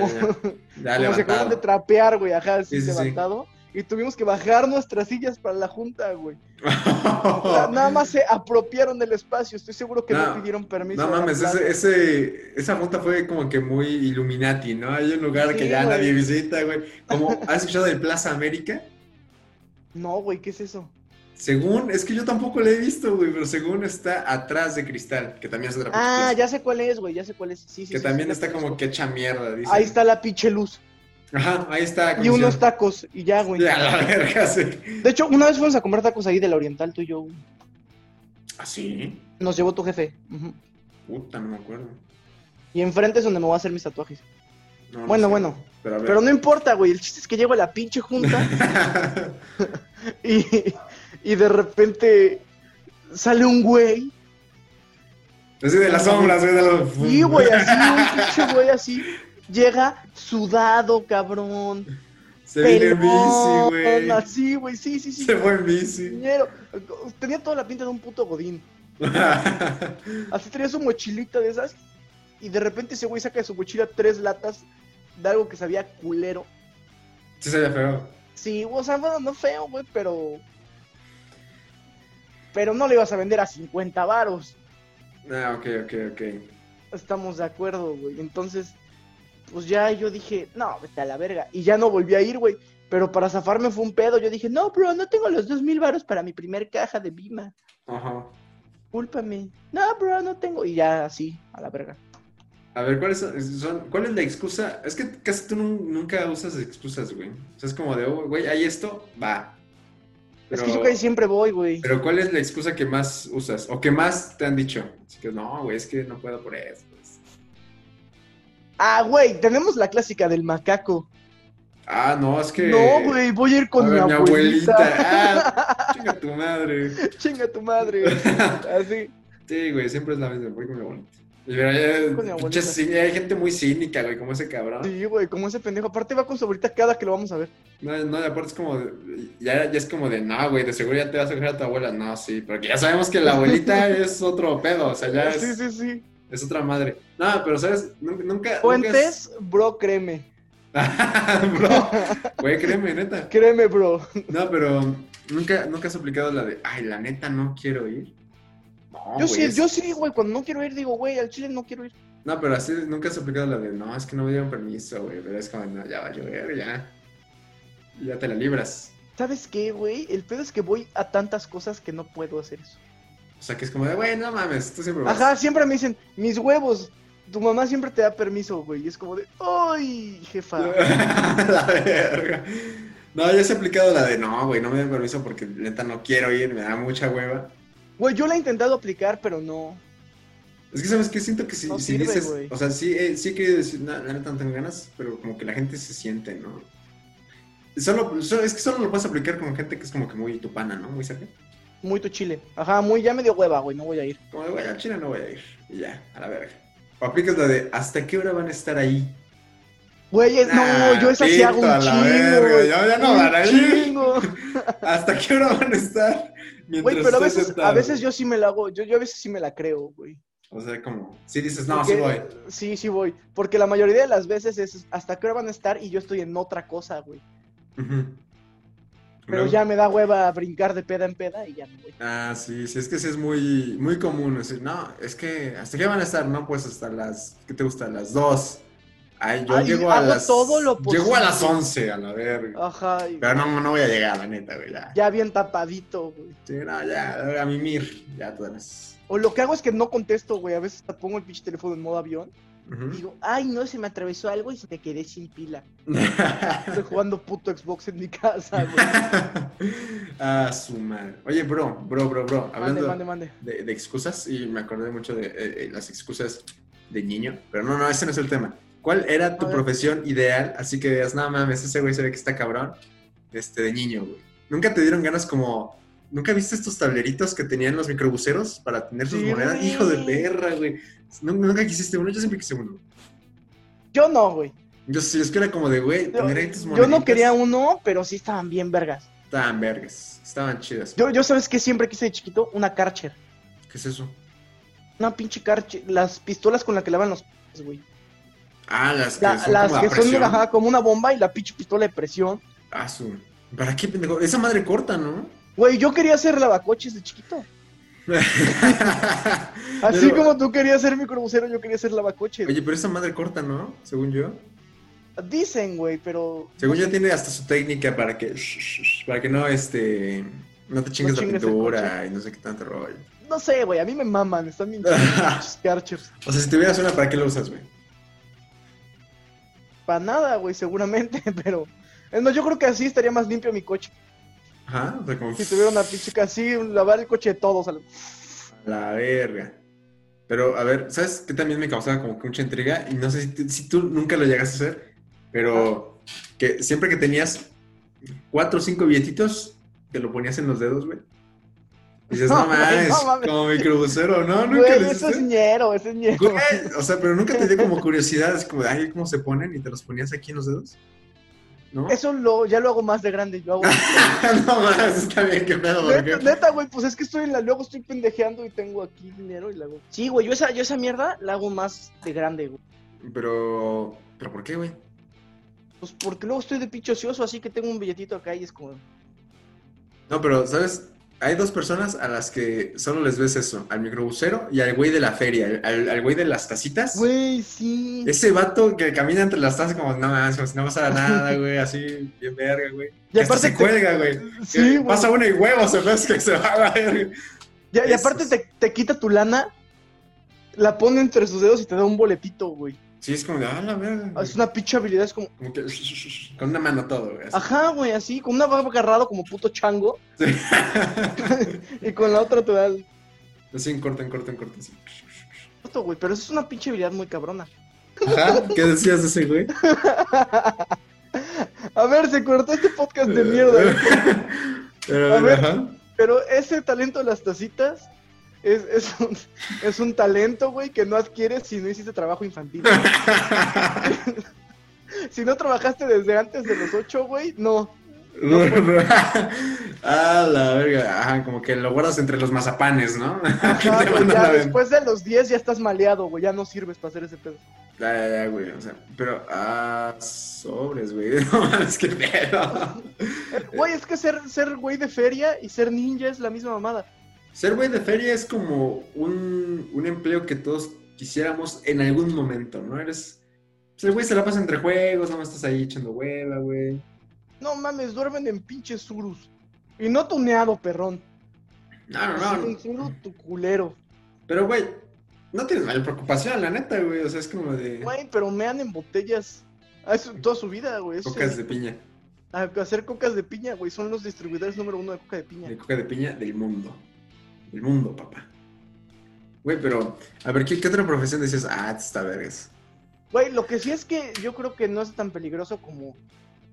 Speaker 1: ya,
Speaker 2: <laughs>
Speaker 1: ya. Ya
Speaker 2: como se
Speaker 1: <laughs>
Speaker 2: acaban
Speaker 1: levantado.
Speaker 2: de trapear, güey, ajá, así
Speaker 1: Sí, sí, sí.
Speaker 2: levantado. Y tuvimos que bajar nuestras sillas para la junta, güey. O sea, nada más se apropiaron del espacio. Estoy seguro que no,
Speaker 1: No,
Speaker 2: pidieron permiso.
Speaker 1: No
Speaker 2: a la
Speaker 1: mames,
Speaker 2: plaza.
Speaker 1: ese, ese- esa junta fue como que muy Illuminati, ¿no? Hay un lugar que
Speaker 2: Sí,
Speaker 1: ya
Speaker 2: güey.
Speaker 1: nadie visita, güey.
Speaker 2: <laughs>
Speaker 1: Como, ¿has escuchado de Plaza América?
Speaker 2: No, güey, ¿qué es eso?
Speaker 1: Según, es que yo tampoco la he visto, güey, pero según está atrás de Cristal, que también es otra pinche
Speaker 2: Ah,
Speaker 1: plaza,
Speaker 2: ya sé cuál es, güey, ya sé cuál es. Sí, sí,
Speaker 1: Que
Speaker 2: sí,
Speaker 1: también
Speaker 2: sí,
Speaker 1: está
Speaker 2: la
Speaker 1: como que
Speaker 2: conozco.
Speaker 1: hecha mierda, dice.
Speaker 2: Ahí está la pinche luz.
Speaker 1: Ajá, ahí está.
Speaker 2: Y
Speaker 1: como
Speaker 2: unos
Speaker 1: si-
Speaker 2: tacos, y ya, güey.
Speaker 1: A la verga, sí.
Speaker 2: De hecho, una vez fuimos a comer tacos ahí de la Oriental, tú y yo. güey.
Speaker 1: ¿Así?
Speaker 2: Nos llevó tu jefe. ujú.
Speaker 1: Ah, ¿eh? Puta, no me acuerdo.
Speaker 2: Y enfrente es donde me voy a hacer mis tatuajes.
Speaker 1: No, no
Speaker 2: Bueno,
Speaker 1: sé.
Speaker 2: bueno,
Speaker 1: Pero a ver. <laughs>
Speaker 2: Pero no importa, güey. El chiste es que llego a la pinche junta y, y de repente sale un güey.
Speaker 1: Así Pues de las sombras, güey. de los-
Speaker 2: Y, güey, así, un pinche güey así. Llega sudado, cabrón.
Speaker 1: Se viene en bici,
Speaker 2: pelón,
Speaker 1: güey.
Speaker 2: Así, güey, sí, sí, sí.
Speaker 1: <laughs> Se fue en bici.
Speaker 2: Dinero. Tenía toda la pinta de un puto godín. Así tenía su mochilita de esas. Y de repente ese güey saca de su mochila tres latas de algo que sabía culero.
Speaker 1: <laughs> Sí, se veía feo.
Speaker 2: Sí, o sea, bueno, no feo, güey, pero. Pero no le ibas a vender a 50 varos.
Speaker 1: Ah, ok, ok, ok.
Speaker 2: Estamos de acuerdo, güey. Entonces, pues ya yo dije, no, vete a la verga. Y ya no volví a ir, güey. Pero para zafarme fue un pedo. Yo dije, no, bro, no tengo los dos mil varos para mi primer caja de Bima.
Speaker 1: Ajá.
Speaker 2: Cúlpame. No, bro, no tengo. Y ya así, a la verga.
Speaker 1: A ver, ¿cuál es, son, ¿cuál es la excusa? Es que casi tú nun- nunca usas excusas, güey. O sea, es como de, oh, güey, hay esto, va.
Speaker 2: Es que yo casi siempre voy, güey.
Speaker 1: Pero ¿cuál es la excusa que más usas o que más te han dicho? Así que no, güey, es que no puedo por eso. pues.
Speaker 2: Ah, güey, tenemos la clásica del macaco.
Speaker 1: Ah, no, es que
Speaker 2: No, güey, voy a ir con
Speaker 1: a
Speaker 2: mi,
Speaker 1: ver, mi
Speaker 2: abuelita.
Speaker 1: abuelita. Ah, chinga tu madre.
Speaker 2: <laughs> Chinga
Speaker 1: <laughs>
Speaker 2: tu madre. güey. Así.
Speaker 1: Sí, güey, siempre es la misma, voy con mi abuelita. Y mira, ya-
Speaker 2: Con mi abuelita.
Speaker 1: pinche cine, hay gente muy cínica, güey, como ese cabrón.
Speaker 2: Sí, güey, como ese pendejo. Aparte va con su abuelita cada que lo vamos a ver.
Speaker 1: No, no, y aparte es como, de- ya, ya es como de, no, güey, de seguro ya te vas a coger a tu abuela. No, sí, porque ya sabemos que la abuelita
Speaker 2: <laughs>
Speaker 1: es otro pedo, o sea, ya es,
Speaker 2: Sí, sí, sí.
Speaker 1: es otra madre. No, pero sabes, nunca... nunca
Speaker 2: Fuentes, bro, créeme.
Speaker 1: <laughs>
Speaker 2: <laughs>
Speaker 1: Bro, güey, créeme, neta.
Speaker 2: Créeme, bro.
Speaker 1: No, pero nunca, nunca has aplicado la de, ay, la neta no quiero ir. No,
Speaker 2: Yo
Speaker 1: Ah, güey,
Speaker 2: sí,
Speaker 1: es-
Speaker 2: yo sí, güey. Cuando no quiero ir, digo, güey, al chile no quiero ir.
Speaker 1: No, pero así nunca has aplicado la de, no, es que no me dieron permiso, güey, pero es como, no, ya va a llover, ya. Y Ya te la libras.
Speaker 2: ¿Sabes qué, güey? El pedo es que voy a tantas cosas que no puedo hacer eso.
Speaker 1: O sea, que es como de, güey, no mames, tú siempre vas. <laughs>
Speaker 2: Ajá, siempre me dicen, mis huevos. Tu mamá siempre te da permiso, güey. Y es como de, ¡ay, jefa!
Speaker 1: la verga. No, yo sí he aplicado la de, no, güey, no me den permiso porque neta no quiero ir, me da mucha hueva.
Speaker 2: Güey, yo la he intentado aplicar, pero no.
Speaker 1: Es que, ¿sabes qué? Siento que si,
Speaker 2: No
Speaker 1: si
Speaker 2: sirve,
Speaker 1: dices,
Speaker 2: güey.
Speaker 1: o sea, sí, eh, sí he querido decir, "No, la neta no tengo ganas, pero como que la gente se siente, ¿no? Solo, solo- es que solo lo puedes aplicar con gente que es como que muy tupana, ¿no? Muy cerca.
Speaker 2: Muy tu chile. Ajá, muy, ya me dio hueva, güey. No voy a ir.
Speaker 1: Como de, güey, al chile no voy a ir. Y ya, a la verga. O aplicas la de, ¿hasta qué hora van a estar ahí?
Speaker 2: Güey, es-
Speaker 1: Nah,
Speaker 2: no, yo esa sí hago
Speaker 1: pito a
Speaker 2: un
Speaker 1: la
Speaker 2: chingo.
Speaker 1: verga,
Speaker 2: güey.
Speaker 1: ya- ya no
Speaker 2: un
Speaker 1: van a ir.
Speaker 2: chingo.
Speaker 1: ¿Hasta qué hora van a estar? Mientras
Speaker 2: Güey, pero a
Speaker 1: estoy
Speaker 2: veces, a
Speaker 1: sentado?
Speaker 2: veces yo sí me la hago. Yo, yo a veces sí me la creo, güey.
Speaker 1: O sea, como, si dices, no,
Speaker 2: Porque-
Speaker 1: sí voy.
Speaker 2: Sí, sí voy. Porque la mayoría de las veces es hasta qué hora van a estar y yo estoy en otra cosa, güey.
Speaker 1: Ujú.
Speaker 2: Pero
Speaker 1: Luego-
Speaker 2: ya me da hueva brincar de peda en peda y ya me voy.
Speaker 1: Ah, sí, sí, es que sí es muy, muy común decir, no, es que hasta qué van a estar, no, pues hasta las, ¿qué te gusta? Las 2. Ay, yo
Speaker 2: Ay,
Speaker 1: llego a
Speaker 2: hago
Speaker 1: las,
Speaker 2: todo lo
Speaker 1: llego a las
Speaker 2: posible.
Speaker 1: 11, a la verga.
Speaker 2: Ajá, y
Speaker 1: Pero no, no voy a llegar, la neta, güey, ya.
Speaker 2: ya bien tapadito, güey.
Speaker 1: Sí, no, ya, a mimir, ya tú eres.
Speaker 2: O lo que hago es que no contesto, güey. A veces pongo el pinche teléfono en modo avión. y
Speaker 1: Ujú.
Speaker 2: Digo, ay, no, se me atravesó algo y se me quedé sin pila. <laughs>
Speaker 1: <laughs>
Speaker 2: Estoy jugando puto Xbox en mi casa, <laughs> güey.
Speaker 1: <laughs> Ah, su madre. Oye, bro, bro, bro, bro,
Speaker 2: Mande,
Speaker 1: hablando
Speaker 2: mande, mande.
Speaker 1: de, de excusas y me acordé mucho de eh, eh, las excusas de niño, pero no, no, ese no es el tema. ¿Cuál era tu
Speaker 2: A ver.
Speaker 1: profesión ideal? Así que veas, nada mames, ese güey se ve que está cabrón este, de niño, güey. ¿Nunca te dieron ganas como... ¿Nunca viste estos tableritos que tenían los microbuseros para tener sus
Speaker 2: Sí,
Speaker 1: monedas?
Speaker 2: güey.
Speaker 1: Hijo de perra, güey. Nu- Nunca quisiste uno, yo siempre quise uno.
Speaker 2: Yo no, güey.
Speaker 1: Yo sí, es que era como de, güey,
Speaker 2: Yo,
Speaker 1: tener ahí tus
Speaker 2: yo
Speaker 1: monedas.
Speaker 2: no quería uno, pero sí estaban bien vergas.
Speaker 1: Estaban vergas, estaban chidas.
Speaker 2: Yo, yo sabes que siempre quise de chiquito una Karcher.
Speaker 1: ¿Qué es eso?
Speaker 2: Una pinche Karcher. Las pistolas con las que lavan los p***s, güey.
Speaker 1: Ah, las que
Speaker 2: La-
Speaker 1: son
Speaker 2: las
Speaker 1: como
Speaker 2: que
Speaker 1: a presión.
Speaker 2: son ajá, como una bomba y la pinche pistola de presión.
Speaker 1: Ah, su... ¿Para qué, pendejo? Esa madre corta, ¿no?
Speaker 2: Güey, yo quería hacer lavacoches de chiquito. <laughs> Así
Speaker 1: Pero-
Speaker 2: como tú querías ser microbusero, yo quería ser lavacoches.
Speaker 1: Oye, pero esa madre corta, ¿no? Según yo.
Speaker 2: Dicen, güey, pero.
Speaker 1: Según yo tiene hasta su técnica para que para que no este no te chingues
Speaker 2: No
Speaker 1: la
Speaker 2: chingues el
Speaker 1: pintura y no sé qué tanto rollo.
Speaker 2: No sé, güey, a mí me maman, están bien chidas
Speaker 1: <laughs>
Speaker 2: las pinches Karchers.
Speaker 1: O sea, si tuvieras una, ¿para qué la usas, güey?
Speaker 2: Para nada, güey, seguramente, <laughs> pero. Es más, yo creo que así estaría más limpio mi coche.
Speaker 1: Ajá, o sea, como
Speaker 2: Si tuviera una pinche así, lavar el coche de todos. a la-
Speaker 1: la verga. Pero a ver, ¿sabes qué también me causaba como que mucha intriga? Y no sé si, tú- si tú nunca lo llegaste a hacer, pero que siempre que tenías cuatro o cinco billetitos, te lo ponías en los dedos, güey. Y
Speaker 2: <laughs>
Speaker 1: dices, no,
Speaker 2: No, güey,
Speaker 1: mames,
Speaker 2: no mames.
Speaker 1: como microbusero, ¿no? Nunca
Speaker 2: Güey,
Speaker 1: lo
Speaker 2: eso
Speaker 1: hiciste?
Speaker 2: es ñero, eso es ñero.
Speaker 1: Güey, o sea, pero nunca te dio
Speaker 2: <laughs>
Speaker 1: como curiosidad, así como de, ay, ¿cómo se ponen? Y te los ponías aquí en los dedos. ¿No?
Speaker 2: Eso lo, ya lo hago más de grande. Yo hago.
Speaker 1: <laughs> no, mames, está bien, qué pedo, ¿por qué?
Speaker 2: Neta, neta, güey, pues es que estoy en la, luego estoy pendejeando y tengo aquí dinero y la hago. Sí, güey, yo esa, yo esa mierda la hago más de grande, güey.
Speaker 1: Pero, ¿pero por qué, güey?
Speaker 2: Pues porque luego estoy de pinche ocioso, así que tengo un billetito acá y es como.
Speaker 1: No, pero, ¿sabes? hay dos personas a las que solo les ves eso, al microbusero y al güey de la feria, al, al güey de las tacitas.
Speaker 2: Güey, sí.
Speaker 1: Ese vato que camina entre las tazas como, no, mames, como si no pasara
Speaker 2: <laughs>
Speaker 1: nada, güey, así, bien verga, güey.
Speaker 2: Y
Speaker 1: Y hasta
Speaker 2: aparte
Speaker 1: se
Speaker 2: te-
Speaker 1: cuelga, güey.
Speaker 2: Sí,
Speaker 1: Que Pasa uno y huevos, se ves que se va a la verga.
Speaker 2: Ya- y aparte
Speaker 1: Esos.
Speaker 2: te, te quita tu lana, la pone entre sus dedos y te da un boletito, güey.
Speaker 1: Sí, es como de, ah, la verga. güey.
Speaker 2: Es una pinche habilidad, es como,
Speaker 1: Como que, <laughs> con una mano todo, güey. así.
Speaker 2: ajá, güey, así, con una va agarrado como puto chango
Speaker 1: Sí. <laughs>
Speaker 2: y con la otra te da el
Speaker 1: Así en corto, en corto, en corto. así.
Speaker 2: puto, güey. Pero eso es una pinche habilidad muy cabrona.
Speaker 1: Ajá, ¿qué decías de ese güey?
Speaker 2: A ver, se cortó este podcast de mierda.
Speaker 1: Eh.
Speaker 2: güey.
Speaker 1: <laughs> Pero,
Speaker 2: A ver.
Speaker 1: ajá.
Speaker 2: Pero ese talento de las tacitas es, es, un, es un talento, güey, que no adquieres si no hiciste trabajo infantil. <laughs> si no trabajaste desde antes de los ocho, güey, no.
Speaker 1: No, no. <laughs> ah, la verga. Ajá, como que lo guardas entre los mazapanes, ¿no? <laughs>
Speaker 2: Ajá,
Speaker 1: Que te
Speaker 2: güey,
Speaker 1: mandan
Speaker 2: ya
Speaker 1: a ver.
Speaker 2: después de los 10 ya estás maleado, güey, ya no sirves para hacer
Speaker 1: <laughs>
Speaker 2: ese pedo.
Speaker 1: Ya, ya, ya, güey. O sea, pero, ah, sobres, güey. <laughs> No mames, qué pedo.
Speaker 2: Eh, Güey, es que ser, ser güey de feria y ser ninja es la misma mamada.
Speaker 1: Ser güey de feria es como un, un empleo que todos quisiéramos en algún momento, ¿no? Eres. Pues el güey se la pasa entre juegos, no estás ahí echando hueva, güey.
Speaker 2: No mames, duermen en pinches surus. Y no tuneado, perrón.
Speaker 1: No, Ah, no,
Speaker 2: Así,
Speaker 1: no.
Speaker 2: un suru tu culero.
Speaker 1: Pero, güey, no tienes mayor preocupación, la neta, güey. O sea, es como de.
Speaker 2: Güey, pero mean en botellas. Ah, eso- toda su vida, güey. eso
Speaker 1: Cocas
Speaker 2: es-
Speaker 1: de piña.
Speaker 2: a- hacer cocas de piña, güey. Son los distribuidores número uno de coca de piña.
Speaker 1: De coca de piña del mundo. Del mundo, papá. Güey, pero, a ver, ¿qué, qué otra profesión decías? Ah, esta vergas.
Speaker 2: Güey, lo que sí es que yo creo que no es tan peligroso como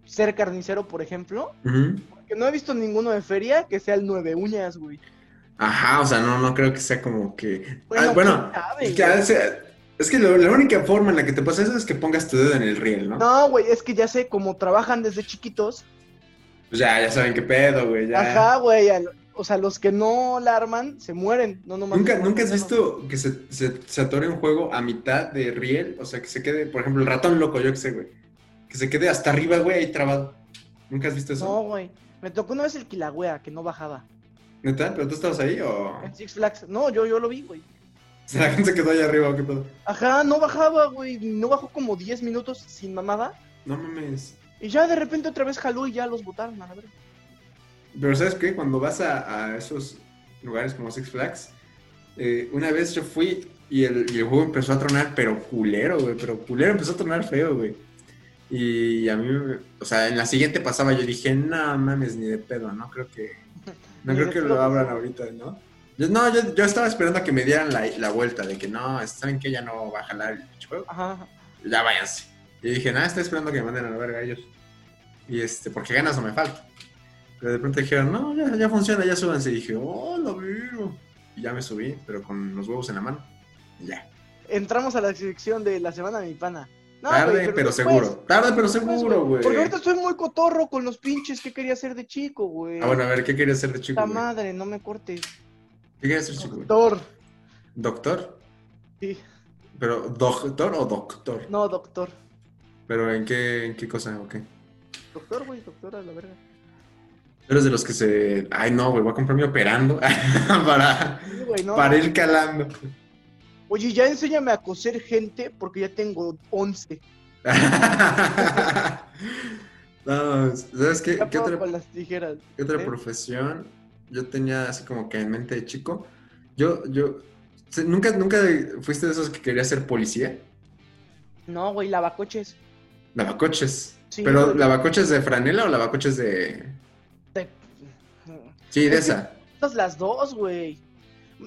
Speaker 2: ser carnicero, por ejemplo.
Speaker 1: Ujú.
Speaker 2: Porque no he visto ninguno de feria que sea el nueve uñas, güey.
Speaker 1: Ajá, o sea, no, no creo que sea como que.
Speaker 2: Bueno,
Speaker 1: Ah, bueno, es
Speaker 2: ¿quién sabe,
Speaker 1: que,
Speaker 2: güey?
Speaker 1: o sea, es que lo- la única forma en la que te pasa eso es que pongas tu dedo en el riel, ¿no?
Speaker 2: No, güey, es que ya sé, como trabajan desde chiquitos.
Speaker 1: Pues ya, ya saben qué pedo, güey. ya.
Speaker 2: Ajá, güey. al- O sea, los que no la arman se mueren. No, nomás.
Speaker 1: ¿Nunca,
Speaker 2: no,
Speaker 1: ¿Nunca has
Speaker 2: no.
Speaker 1: visto que se, se, se atore un juego a mitad de riel? O sea, que se quede, por ejemplo, el ratón loco, yo qué sé, güey. Que se quede hasta arriba, güey, ahí trabado. ¿Nunca has visto eso?
Speaker 2: No, güey. Me tocó una vez el Kilagüea, que no bajaba.
Speaker 1: ¿Neta? ¿Pero tú estabas ahí o...?
Speaker 2: En Six Flags. No, yo, yo lo vi, güey.
Speaker 1: O sea, la gente se quedó ahí arriba, ¿o qué pedo?
Speaker 2: Ajá, no bajaba, güey. No bajó como 10 minutos sin mamada.
Speaker 1: No mames.
Speaker 2: Y ya de repente otra vez jaló y ya los botaron a la verga.
Speaker 1: Pero ¿sabes qué? Cuando vas a, a esos lugares como Six Flags, eh, una vez yo fui y el, y el juego empezó a tronar, pero culero, güey. Pero culero empezó a tronar feo, güey. Y a mí, me- o sea, en la siguiente pasaba yo dije, no mames, ni de pedo, no creo que... No
Speaker 2: Ni
Speaker 1: creo
Speaker 2: de
Speaker 1: que
Speaker 2: pedo.
Speaker 1: lo abran ahorita, ¿no? Yo, no, yo, yo estaba esperando a que me dieran la, la vuelta de que no, saben que ya no va a jalar el pinche juego.
Speaker 2: Ajá.
Speaker 1: ya váyanse. Y dije, nada, estoy esperando que me manden a la verga a ellos. Y este, porque ganas no me falta. Pero de pronto dijeron, no, ya, ya funciona, ya súbanse. Y dije, oh, lo viro. Y ya me subí, pero con los huevos en la mano. Y ya.
Speaker 2: Entramos a la sección de la semana de mi pana. No,
Speaker 1: Tarde,
Speaker 2: güey,
Speaker 1: pero,
Speaker 2: después-
Speaker 1: seguro. Tarde, pero
Speaker 2: después,
Speaker 1: seguro, güey.
Speaker 2: Porque ahorita estoy muy cotorro con los pinches que quería hacer de chico, güey.
Speaker 1: Ah, bueno, a ver, ¿qué querías ser de chico?
Speaker 2: La
Speaker 1: güey?
Speaker 2: madre, no me cortes.
Speaker 1: ¿Qué querías ser de chico? güey?
Speaker 2: Doctor.
Speaker 1: ¿Doctor?
Speaker 2: Sí.
Speaker 1: ¿Pero doctor o doctor?
Speaker 2: No, doctor.
Speaker 1: ¿Pero en qué, en qué cosa o qué?
Speaker 2: Doctor, güey, doctor a la verga.
Speaker 1: Tú eres de los que se... Ay, no, güey, voy a comprarme operando <laughs> para,
Speaker 2: Sí, güey, no.
Speaker 1: para ir calando.
Speaker 2: Oye, ya enséñame a coser gente porque ya tengo 11.
Speaker 1: <laughs> no, ¿sabes qué?
Speaker 2: Ya
Speaker 1: ¿Qué
Speaker 2: puedo
Speaker 1: otra,
Speaker 2: con las tijeras.
Speaker 1: qué otra
Speaker 2: ¿Eh?
Speaker 1: profesión yo tenía así como que en mente de chico? Yo, yo, se- ¿nunca, nunca fuiste de esos que quería ser policía?
Speaker 2: No, güey, lavacoches.
Speaker 1: Lavacoches.
Speaker 2: Sí,
Speaker 1: ¿Pero
Speaker 2: güey.
Speaker 1: lavacoches de franela o lavacoches de...?
Speaker 2: Te-
Speaker 1: Sí, de
Speaker 2: Es que-
Speaker 1: esa.
Speaker 2: Todas las dos, güey.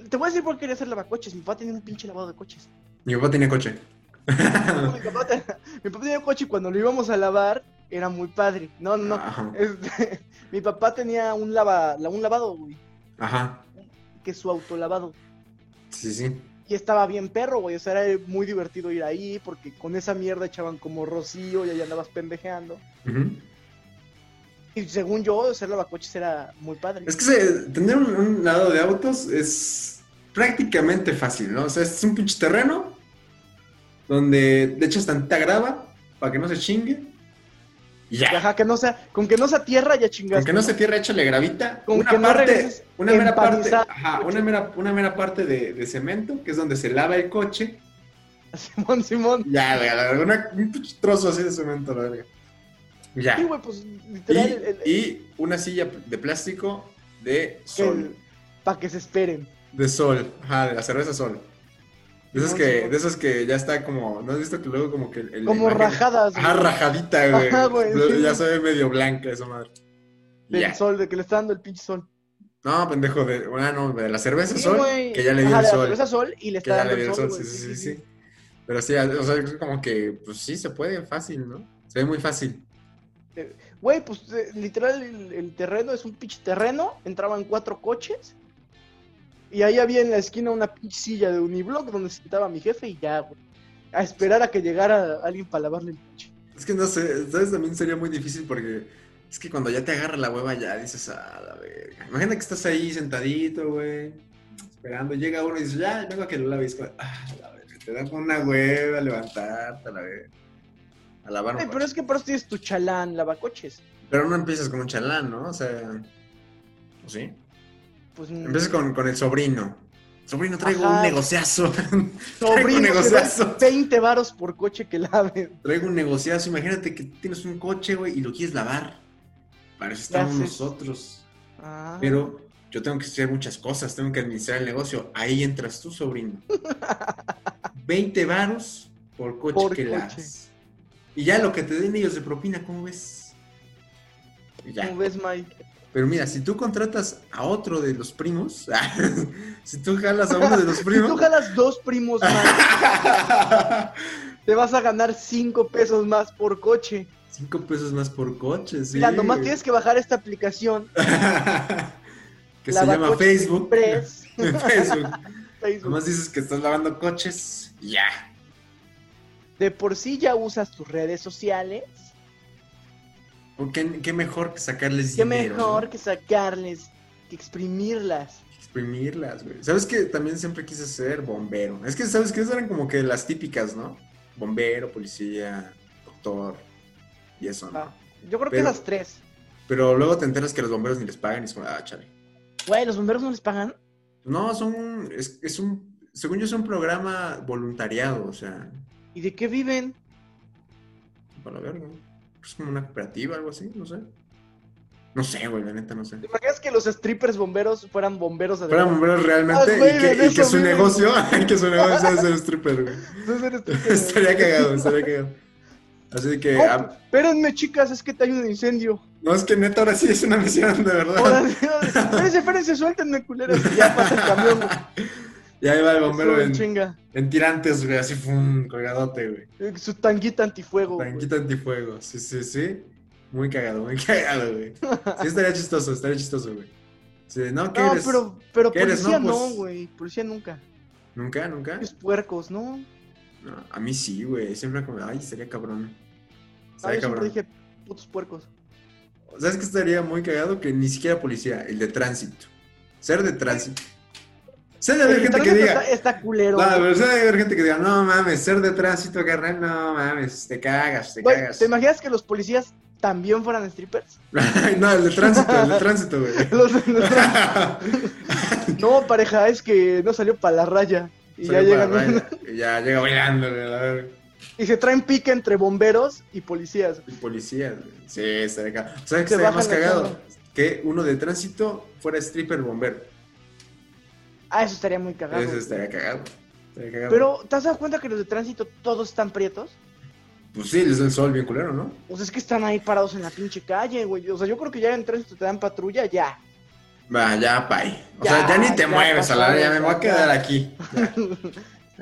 Speaker 2: Te voy a decir por qué quería hacer lavacoches. Mi papá tenía un pinche lavado de
Speaker 1: <laughs>
Speaker 2: coches.
Speaker 1: Mi papá tenía coche.
Speaker 2: No, mi, papá te- mi papá tenía un coche y cuando lo íbamos a lavar era muy padre. No, <laughs> no, no.
Speaker 1: Ajá.
Speaker 2: Este, <laughs> mi papá tenía un, lava, la- un lavado, güey,
Speaker 1: Ajá.
Speaker 2: que es su autolavado.
Speaker 1: Sí, sí.
Speaker 2: Y estaba bien perro, güey. O sea, era muy divertido ir ahí porque con esa mierda echaban como rocío y ahí andabas pendejeando.
Speaker 1: Ujú.
Speaker 2: Y según yo, ser lavacoches era muy padre.
Speaker 1: Es que se- tener un, un lado de autos es prácticamente fácil, ¿no? O sea, es un pinche terreno donde le echas tanta grava para que no se chingue Y ya.
Speaker 2: Ajá, que no sea, con que no sea tierra ya chingaste.
Speaker 1: Aunque no se tierra, échale gravita.
Speaker 2: Con
Speaker 1: una
Speaker 2: que no
Speaker 1: parte,
Speaker 2: regreses
Speaker 1: una mera parte,
Speaker 2: empanizado.
Speaker 1: ajá, una mera, una mera parte de, de cemento, que es donde se lava el coche.
Speaker 2: <laughs> Simón, Simón.
Speaker 1: Ya, güey, a la verga, una- un pinche trozo así de cemento, la verga. Ya.
Speaker 2: Sí, güey, pues
Speaker 1: Y,
Speaker 2: literal, el- el-
Speaker 1: y una silla de plástico de sol.
Speaker 2: para que se esperen.
Speaker 1: De sol, ajá, de la cerveza sol. De esas
Speaker 2: No,
Speaker 1: que,
Speaker 2: sí,
Speaker 1: de esas que ya está como, ¿no has visto que luego como que el, el-
Speaker 2: Como
Speaker 1: la imagen-
Speaker 2: rajadas
Speaker 1: Ajá,
Speaker 2: güey,
Speaker 1: rajadita, güey.
Speaker 2: Ajá, güey,
Speaker 1: Lo-
Speaker 2: sí,
Speaker 1: ya
Speaker 2: sí.
Speaker 1: se ve medio blanca esa madre.
Speaker 2: del
Speaker 1: Ya.
Speaker 2: sol, de que le está dando el pinche sol.
Speaker 1: No, pendejo, de, bueno, no, de la cerveza
Speaker 2: Sí,
Speaker 1: sol,
Speaker 2: güey.
Speaker 1: que ya le dio
Speaker 2: Ajá,
Speaker 1: el
Speaker 2: de la
Speaker 1: sol.
Speaker 2: cerveza sol y le
Speaker 1: que
Speaker 2: está
Speaker 1: ya
Speaker 2: dando
Speaker 1: le dio
Speaker 2: el sol,
Speaker 1: sí,
Speaker 2: güey,
Speaker 1: sí, sí, sí. Pero sí, o sea, es como que, pues sí, se puede fácil, ¿no? Se ve muy fácil.
Speaker 2: Güey, pues eh, literal el, el terreno es un pinche terreno, entraban cuatro coches y ahí había en la esquina una pinche silla de uniblock donde se sentaba mi jefe y ya, güey. A esperar a que llegara alguien para lavarle el pinche.
Speaker 1: Es que no sé, ¿sabes? También sería muy difícil porque es que cuando ya te agarra la hueva ya dices, ah, la verga. Imagina que estás ahí sentadito, güey, esperando. Llega uno y dices, ya, vengo a que lo laves. Ah, la verga, te da una hueva a levantarte, a la verga. A lavar un
Speaker 2: Güey, pero
Speaker 1: coche.
Speaker 2: es que por eso tienes tu chalán, lavacoches.
Speaker 1: Pero no empiezas con un chalán, ¿no? O sea, ¿o ¿sí?
Speaker 2: Pues
Speaker 1: Empiezas con, con el sobrino. Sobrino, traigo
Speaker 2: Ajá.
Speaker 1: un negociazo. <laughs> traigo un
Speaker 2: sobrino que da <laughs>
Speaker 1: negociazo.
Speaker 2: 20 varos por coche que lave.
Speaker 1: Traigo un negociazo. Imagínate que tienes un coche, güey, y lo quieres lavar. Para eso
Speaker 2: Ya
Speaker 1: estamos
Speaker 2: sé.
Speaker 1: nosotros.
Speaker 2: Ah.
Speaker 1: Pero yo tengo que hacer muchas cosas, tengo que administrar el negocio. Ahí entras tú,
Speaker 2: <laughs>
Speaker 1: sobrino. 20 varos por coche
Speaker 2: Por
Speaker 1: que
Speaker 2: coche.
Speaker 1: lavas. Y ya lo que te den ellos de propina, ¿cómo ves? Y ya.
Speaker 2: ¿Cómo ves, Mike?
Speaker 1: Pero mira, si tú contratas a otro de los primos, <laughs> si tú jalas a uno
Speaker 2: <laughs>
Speaker 1: de los primos,
Speaker 2: Tú jalas dos primos más,
Speaker 1: <laughs>
Speaker 2: te vas a ganar cinco pesos más por coche.
Speaker 1: cinco pesos más por coche, sí.
Speaker 2: Mira, nomás tienes que bajar esta aplicación
Speaker 1: <laughs> que se
Speaker 2: Lava
Speaker 1: llama
Speaker 2: coches
Speaker 1: Facebook.
Speaker 2: Express
Speaker 1: <laughs> Facebook.
Speaker 2: <laughs> Facebook.
Speaker 1: Nomás dices que estás lavando coches, y ya.
Speaker 2: De por sí ya usas tus redes sociales.
Speaker 1: Pues, ¿Qué, qué mejor que sacarles
Speaker 2: Qué
Speaker 1: dinero,
Speaker 2: mejor
Speaker 1: ¿no?
Speaker 2: que sacarles, que exprimirlas.
Speaker 1: Exprimirlas, güey. ¿Sabes que También siempre quise ser bombero. Es que, ¿sabes que Esas eran como que las típicas, ¿no? Bombero, policía, doctor y eso, ¿no?
Speaker 2: Ah, Yo creo que
Speaker 1: Pero-
Speaker 2: esas tres.
Speaker 1: Pero luego te enteras que los bomberos ni les pagan y es como, ah, chale.
Speaker 2: Güey, los bomberos no les pagan.
Speaker 1: No, son un, es, es un, según yo es un programa voluntariado, o sea,
Speaker 2: ¿Y de qué viven?
Speaker 1: para la verga. Es como una cooperativa, algo así, no sé. No sé, güey, la neta, no sé.
Speaker 2: ¿Te imaginas que los strippers bomberos fueran bomberos de
Speaker 1: Fueran
Speaker 2: verdad?
Speaker 1: bomberos realmente
Speaker 2: Ah,
Speaker 1: y
Speaker 2: güey,
Speaker 1: que,
Speaker 2: de
Speaker 1: y que
Speaker 2: eso
Speaker 1: su
Speaker 2: viven.
Speaker 1: negocio, <laughs> que su negocio sea ser stripper, güey.
Speaker 2: Entonces eres tú
Speaker 1: <laughs>
Speaker 2: que-
Speaker 1: estaría cagado, estaría cagado. Así que,
Speaker 2: Oh,
Speaker 1: ah,
Speaker 2: espérenme, chicas, es que te hay un incendio.
Speaker 1: no, es que neta, ahora sí es una misión, de <laughs>
Speaker 2: Ahora,
Speaker 1: verdad.
Speaker 2: espérense, espérense, suéltenme, culeros.
Speaker 1: <laughs>
Speaker 2: Y ya pasa el camión. güey.
Speaker 1: Y ahí va el bombero
Speaker 2: Sube en
Speaker 1: en,
Speaker 2: chinga.
Speaker 1: en tirantes, güey, así, fum, colgadote, güey.
Speaker 2: Eh, Su tanguita antifuego. Oh, güey.
Speaker 1: Tanquita antifuego, sí, sí, sí. Muy cagado, muy <laughs> cagado, güey. Sí, estaría chistoso, estaría chistoso, güey. Sí, no, ¿qué
Speaker 2: No,
Speaker 1: eres?
Speaker 2: pero, pero
Speaker 1: ¿Qué eres?
Speaker 2: policía
Speaker 1: No,
Speaker 2: no,
Speaker 1: pues-
Speaker 2: güey. Policía nunca.
Speaker 1: ¿Nunca, nunca?
Speaker 2: Los puercos, ¿no?
Speaker 1: No, a mí sí, güey. Siempre como, ay, estaría cabrón.
Speaker 2: Ah,
Speaker 1: Estaría
Speaker 2: yo siempre
Speaker 1: cabrón.
Speaker 2: dije putos puercos.
Speaker 1: ¿Sabes qué estaría muy cagado? Que ni siquiera policía, el de tránsito. Ser de tránsito. Sé de haber
Speaker 2: El
Speaker 1: gente que
Speaker 2: tránsito
Speaker 1: diga.
Speaker 2: Está, está culero.
Speaker 1: No,
Speaker 2: güey.
Speaker 1: pero sé de haber gente que diga, no mames, ser de tránsito, carnal, no mames, te cagas, te
Speaker 2: Güey,
Speaker 1: cagas.
Speaker 2: ¿Te imaginas que los policías también fueran strippers?
Speaker 1: <laughs>
Speaker 2: <laughs>
Speaker 1: no, el de tránsito, el de tránsito, güey.
Speaker 2: Los- los-
Speaker 1: <laughs>
Speaker 2: no, pareja, es que no salió para la raya. <laughs> Y
Speaker 1: Salió
Speaker 2: ya
Speaker 1: para
Speaker 2: llegan
Speaker 1: la raya, y ya llega bailando, güey, la verga.
Speaker 2: <laughs> y se traen pique entre bomberos y policías.
Speaker 1: Y policías, güey. Sí, estaría cagado. ¿Sabes qué
Speaker 2: Te
Speaker 1: estaría
Speaker 2: bajan
Speaker 1: más
Speaker 2: la
Speaker 1: cagado?
Speaker 2: cámara.
Speaker 1: Que uno de tránsito fuera stripper bombero.
Speaker 2: Ah, eso estaría muy cagado.
Speaker 1: Eso estaría cagado. Estaría cagado.
Speaker 2: Pero, ¿te has dado cuenta que los de tránsito todos están prietos?
Speaker 1: Pues sí, les da el sol bien culero, ¿no?
Speaker 2: O sea, es que están ahí parados en la pinche calle, güey. O sea, yo creo que ya en tránsito te dan patrulla, ya.
Speaker 1: <laughs> Va, ya, pay. O
Speaker 2: Ya,
Speaker 1: sea, ya ni te
Speaker 2: ya,
Speaker 1: mueves a la
Speaker 2: pasó,
Speaker 1: ya me voy a
Speaker 2: ya.
Speaker 1: quedar aquí. Ya.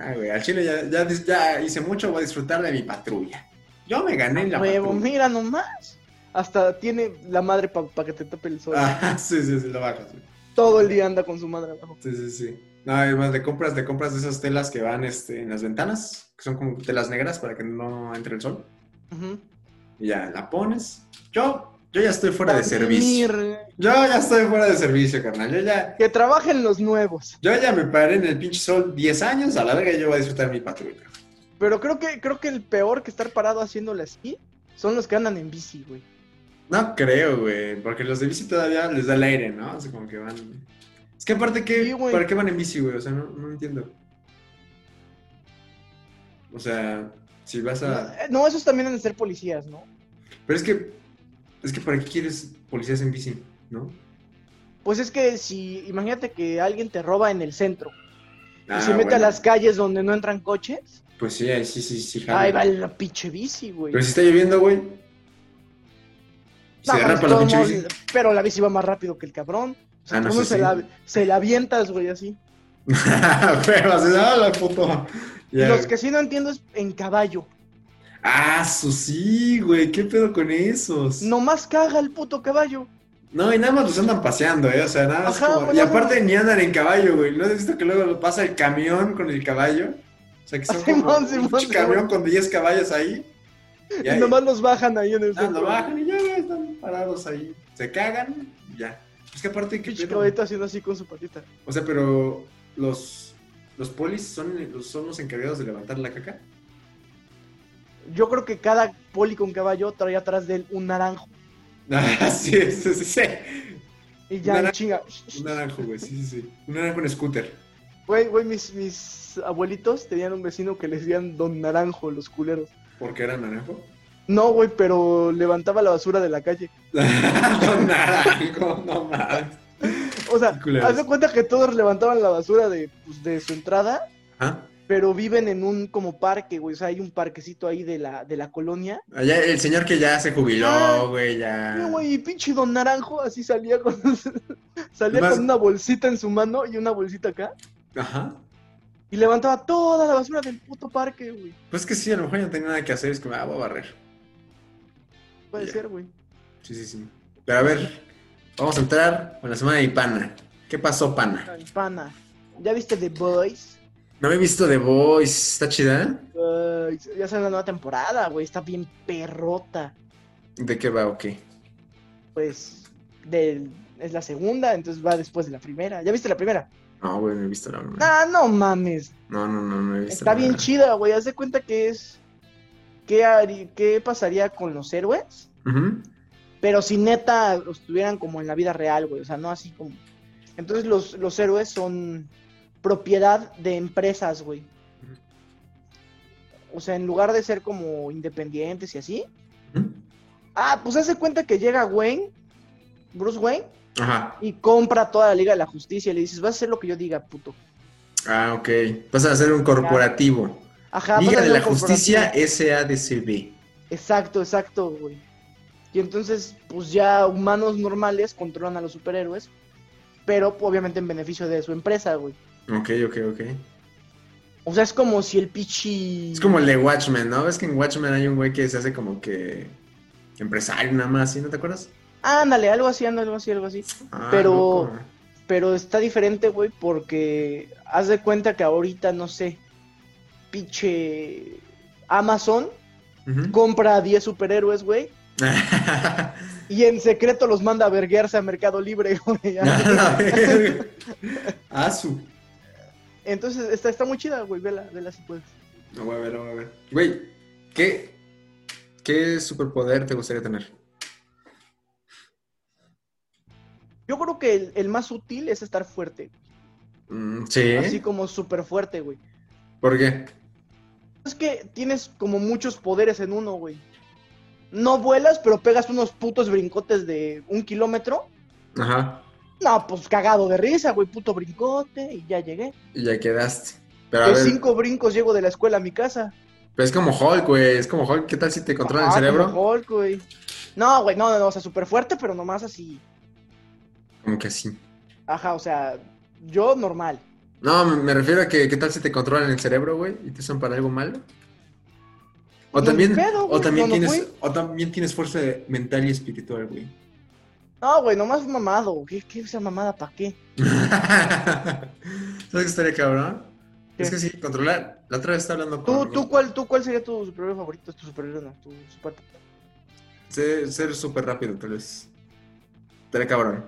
Speaker 1: Ah, güey, al chile ya, ya, dis- ya hice mucho, voy a disfrutar de mi patrulla. Yo me gané la
Speaker 2: Huevo,
Speaker 1: patrulla.
Speaker 2: mira nomás. Hasta tiene la madre para que te tope el sol.
Speaker 1: Ah, <laughs> sí, sí, sí, lo bajas. güey.
Speaker 2: Todo el día anda con su madre abajo.
Speaker 1: Sí, sí, sí. No, además le compras, le compras de esas telas que van este, en las ventanas, que son como telas negras para que no entre el sol.
Speaker 2: Ujú.
Speaker 1: Y ya la pones. Yo, yo ya estoy fuera de
Speaker 2: Para
Speaker 1: servicio.
Speaker 2: mimir.
Speaker 1: Yo ya estoy fuera de servicio, carnal. Yo ya,
Speaker 2: Que trabajen los nuevos.
Speaker 1: yo ya me paré en el pinche sol 10 años, a la verga yo voy a disfrutar mi patrulla.
Speaker 2: Pero creo que, creo que el peor que estar parado haciéndole así son los que andan en bici, güey.
Speaker 1: No creo, güey, porque los de bici todavía les da el aire, ¿no? O sea, como que van... Es que aparte, ¿qué,
Speaker 2: Sí, güey.
Speaker 1: ¿para qué van en bici, güey? O sea, no, no entiendo. O sea, si vas a...
Speaker 2: Eh, No, esos también han de ser policías, ¿no?
Speaker 1: Pero es que, es que ¿para qué quieres policías en bici, no?
Speaker 2: Pues es que si, imagínate que alguien te roba en el centro
Speaker 1: Ah,
Speaker 2: y se mete a
Speaker 1: bueno.
Speaker 2: las calles donde no entran coches,
Speaker 1: Pues sí, ahí sí, sí, sí, jala.
Speaker 2: ahí va la pinche bici, güey.
Speaker 1: Pero si está lloviendo, güey. Se
Speaker 2: No, mames,
Speaker 1: agarra para la
Speaker 2: todos
Speaker 1: pinche bici. <laughs>
Speaker 2: modos, Pero la bici va más rápido que el cabrón. O sea,
Speaker 1: Ah, no,
Speaker 2: tú no
Speaker 1: sí,
Speaker 2: se,
Speaker 1: sí.
Speaker 2: La, se la avientas, güey, así.
Speaker 1: Pero se da la puto.
Speaker 2: Y
Speaker 1: Ya,
Speaker 2: los
Speaker 1: güey.
Speaker 2: que sí no entiendo es en caballo.
Speaker 1: Ah, su sí, güey. ¿Qué pedo con esos?
Speaker 2: Nomás caga el puto caballo.
Speaker 1: No, y nada más los andan paseando, ¿eh? O sea, nada más.
Speaker 2: Ajá,
Speaker 1: como-
Speaker 2: pues,
Speaker 1: y
Speaker 2: nada
Speaker 1: aparte
Speaker 2: más.
Speaker 1: ni andan en caballo, güey. ¿No has visto que luego lo pasa el camión con el caballo? O sea, que son
Speaker 2: Simón,
Speaker 1: como un
Speaker 2: Simón,
Speaker 1: pinche
Speaker 2: Simón.
Speaker 1: camión con 10 caballos ahí. Y
Speaker 2: Y
Speaker 1: ahí
Speaker 2: nomás los bajan ahí en el
Speaker 1: ah, lo
Speaker 2: centro.
Speaker 1: bajan y ya güey, están parados ahí. Se cagan y ya. Es que aparte, ¿qué
Speaker 2: Pinche
Speaker 1: pedo?
Speaker 2: caballito haciendo así con su patita.
Speaker 1: O sea, pero los, los polis son, los- son los encargados de levantar la caca. <laughs>
Speaker 2: Yo creo que cada poli con caballo trae atrás de él un naranjo.
Speaker 1: Ah, sí, sí, sí, sí.
Speaker 2: Y ya,
Speaker 1: Un
Speaker 2: en
Speaker 1: naranjo.
Speaker 2: chinga.
Speaker 1: Un naranjo, güey, sí, sí, sí. Un naranjo en scooter.
Speaker 2: Güey, güey, mis, mis abuelitos tenían un vecino que les decían Don Naranjo, los culeros.
Speaker 1: Porque era naranjo.
Speaker 2: No, güey, pero levantaba la basura de la calle.
Speaker 1: <laughs> Don naranjo, no mames.
Speaker 2: O sea,
Speaker 1: Qué <laughs> culeros.
Speaker 2: haz de cuenta que todos levantaban la basura de, pues, de su entrada
Speaker 1: Ajá.
Speaker 2: pero viven en un como parque, güey. O sea, hay un parquecito ahí de la, de la colonia.
Speaker 1: Allá el señor que ya se
Speaker 2: Ah,
Speaker 1: jubiló, güey, ya.
Speaker 2: Y, güey, y pinche don Naranjo así salía con <laughs> salía
Speaker 1: Más-
Speaker 2: con una bolsita en su mano y una bolsita acá.
Speaker 1: Ajá.
Speaker 2: Y levantaba toda la basura del puto parque, güey.
Speaker 1: Pues que sí, a lo mejor ya no tenía nada que hacer, es como, ah, voy a barrer.
Speaker 2: Puede
Speaker 1: Ya.
Speaker 2: ser, güey.
Speaker 1: Sí, sí, sí. Pero a ver, vamos a entrar con la semana de pana. ¿Qué pasó, pana?
Speaker 2: Ay, Pana. ¿Ya viste The Boys?
Speaker 1: No me he visto The Voice, ¿está chida?
Speaker 2: Ay, ya sale la nueva temporada, güey. Está bien perrota.
Speaker 1: ¿De qué va o qué?
Speaker 2: Pues del- es la segunda, entonces va después de la primera. ¿Ya viste la primera?
Speaker 1: No, güey, no he visto la
Speaker 2: Ah, no mames.
Speaker 1: No, no, no, no he visto
Speaker 2: Está
Speaker 1: la
Speaker 2: bien
Speaker 1: verdad.
Speaker 2: chida, güey. Haz de cuenta que es. ¿Qué, hari- ¿Qué pasaría con los héroes?
Speaker 1: Ujú.
Speaker 2: Pero si neta los tuvieran como en la vida real, güey. O sea, no así como. Entonces los, los héroes son propiedad de empresas, güey.
Speaker 1: Ujú.
Speaker 2: O sea, en lugar de ser como independientes y así.
Speaker 1: Ujú.
Speaker 2: Ah, pues hace cuenta que llega Wayne, Bruce Wayne,
Speaker 1: Ajá.
Speaker 2: y compra toda la Liga de la Justicia. Y le dices, vas a hacer lo que yo diga, puto.
Speaker 1: Ah, ok. Vas a hacer un corporativo.
Speaker 2: Ajá, Ah, vas
Speaker 1: Liga
Speaker 2: a
Speaker 1: de
Speaker 2: ser
Speaker 1: la
Speaker 2: un corporativo".
Speaker 1: Justicia SADCB.
Speaker 2: Exacto, exacto, güey. Y entonces, pues ya humanos normales controlan a los superhéroes, pero pues, obviamente en beneficio de su empresa, güey.
Speaker 1: Ok, ok, ok.
Speaker 2: O sea, es como si el pichi...
Speaker 1: Es como el de Watchmen, ¿no? Ves que en Watchmen hay un güey que se hace como que empresario nada más, ¿sí? ¿No te acuerdas?
Speaker 2: Ándale, algo así, ándale, algo así, algo así.
Speaker 1: Ah,
Speaker 2: Pero-
Speaker 1: loco.
Speaker 2: Pero está diferente, güey, porque haz de cuenta que ahorita, no sé, piche Amazon
Speaker 1: Ujú. <laughs>
Speaker 2: compra a 10 superhéroes, güey, y en secreto los manda a verguearse a Mercado Libre, <laughs>
Speaker 1: <laughs>
Speaker 2: güey.
Speaker 1: A <laughs> ver. Ah, su.
Speaker 2: Entonces, está, está muy chida, güey, vela, vela si puedes.
Speaker 1: No voy a ver, no voy a ver. Güey, ¿qué, ¿qué superpoder te gustaría tener?
Speaker 2: Yo creo que el, el más útil es estar fuerte.
Speaker 1: Mm, sí.
Speaker 2: Así como súper fuerte, güey.
Speaker 1: ¿Por qué?
Speaker 2: Es que tienes como muchos poderes en uno, güey. No vuelas, pero pegas unos putos brincotes de un kilómetro.
Speaker 1: Ajá.
Speaker 2: No, pues cagado de risa, güey, puto brincote y ya llegué.
Speaker 1: Y ya quedaste. Pero a
Speaker 2: De
Speaker 1: ver,
Speaker 2: cinco brincos llego de la escuela a mi casa.
Speaker 1: pero es como Hulk, güey. Es como Hulk. ¿Qué tal si te controlan
Speaker 2: Ah,
Speaker 1: el cerebro?
Speaker 2: como Hulk, güey. No, güey, no, no, no, o sea, súper fuerte, pero nomás así.
Speaker 1: Como que sí.
Speaker 2: Ajá, o sea, yo normal.
Speaker 1: No, me me refiero a que qué tal si te controlan el cerebro, güey, y te usan para algo malo. O
Speaker 2: Pues,
Speaker 1: también,
Speaker 2: ni pedo,
Speaker 1: o
Speaker 2: güey,
Speaker 1: también
Speaker 2: no, no
Speaker 1: tienes, o también tienes fuerza mental y espiritual, güey. <laughs>
Speaker 2: No, güey, nomás mamado. ¿Qué, qué esa mamada para qué?
Speaker 1: ¿Sabes qué estaría cabrón?
Speaker 2: ¿Qué?
Speaker 1: Es que sí, controlar. La otra vez estaba hablando
Speaker 2: ¿Tú,
Speaker 1: con
Speaker 2: tú, cuál, ¿Tú cuál sería tu superhéroe favorito? Tu superhéroe no, tu super...
Speaker 1: Ser, ser súper rápido, tal vez. Estaría cabrón.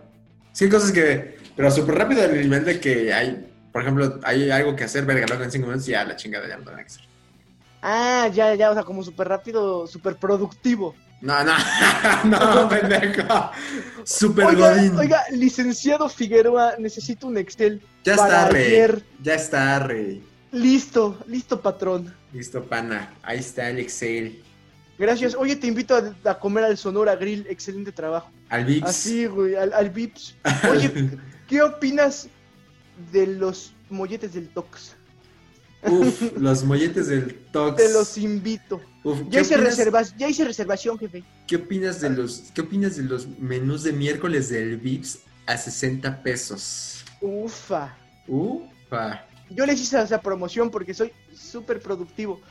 Speaker 1: Sí, hay cosas que. Pero súper rápido al nivel de que hay. Por ejemplo, hay algo que hacer, verga, luego en cinco minutos y ya la chingada ya no tengo nada que hacer.
Speaker 2: Ah, ya, ya, o sea, como súper rápido, súper productivo.
Speaker 1: No, no,
Speaker 2: <laughs>
Speaker 1: no, <laughs> pendejo. Super
Speaker 2: oiga,
Speaker 1: godín.
Speaker 2: oiga, licenciado Figueroa, necesito un Excel.
Speaker 1: ya
Speaker 2: para
Speaker 1: está, rey.
Speaker 2: ayer.
Speaker 1: Ya está, rey.
Speaker 2: Listo, listo, patrón.
Speaker 1: Listo, pana. Ahí está el Excel.
Speaker 2: Gracias. Oye, te invito a, a comer al Sonora Grill. Excelente trabajo.
Speaker 1: Al Vix.
Speaker 2: Así, güey, al,
Speaker 1: <laughs>
Speaker 2: al Vips. Oye, ¿qué opinas de los molletes del Tox?
Speaker 1: Uf, los molletes del Tox.
Speaker 2: Te los invito.
Speaker 1: Uf, ¿qué
Speaker 2: Ya hice,
Speaker 1: opinas-
Speaker 2: reservas, ya hice reservación, jefe.
Speaker 1: ¿Qué opinas de los qué opinas de los menús de miércoles del Vips a 60 pesos?
Speaker 2: Ufa.
Speaker 1: Ufa.
Speaker 2: Yo les hice esa promoción porque soy súper productivo.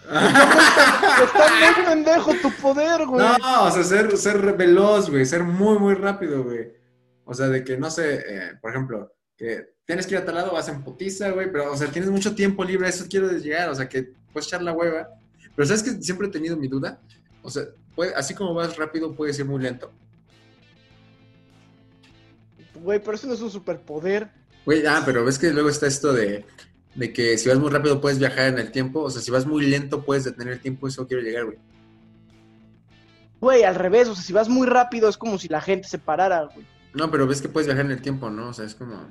Speaker 2: Está muy pendejo tu poder, güey.
Speaker 1: Ah. No, o sea, ser, ser veloz, güey, ser muy, muy rápido, güey. O sea, de que, no sé, eh, por ejemplo, que tienes que ir a tal lado, vas en putiza, güey, pero, o sea, tienes mucho tiempo libre, a eso quiero llegar, o sea, que puedes echar la hueva. Pero, ¿sabes que siempre he tenido mi duda? O sea, puede- así como vas rápido, puedes ir muy lento.
Speaker 2: Güey, pero eso no es un superpoder.
Speaker 1: Güey, ah, pero ves que luego está esto de, de que si vas muy rápido puedes viajar en el tiempo, o sea, si vas muy lento puedes detener el tiempo, eso quiero llegar, güey.
Speaker 2: Güey, al revés, o sea, si vas muy rápido es como si la gente se parara, güey.
Speaker 1: No, pero ves que puedes viajar en el tiempo, ¿no? O sea, es como...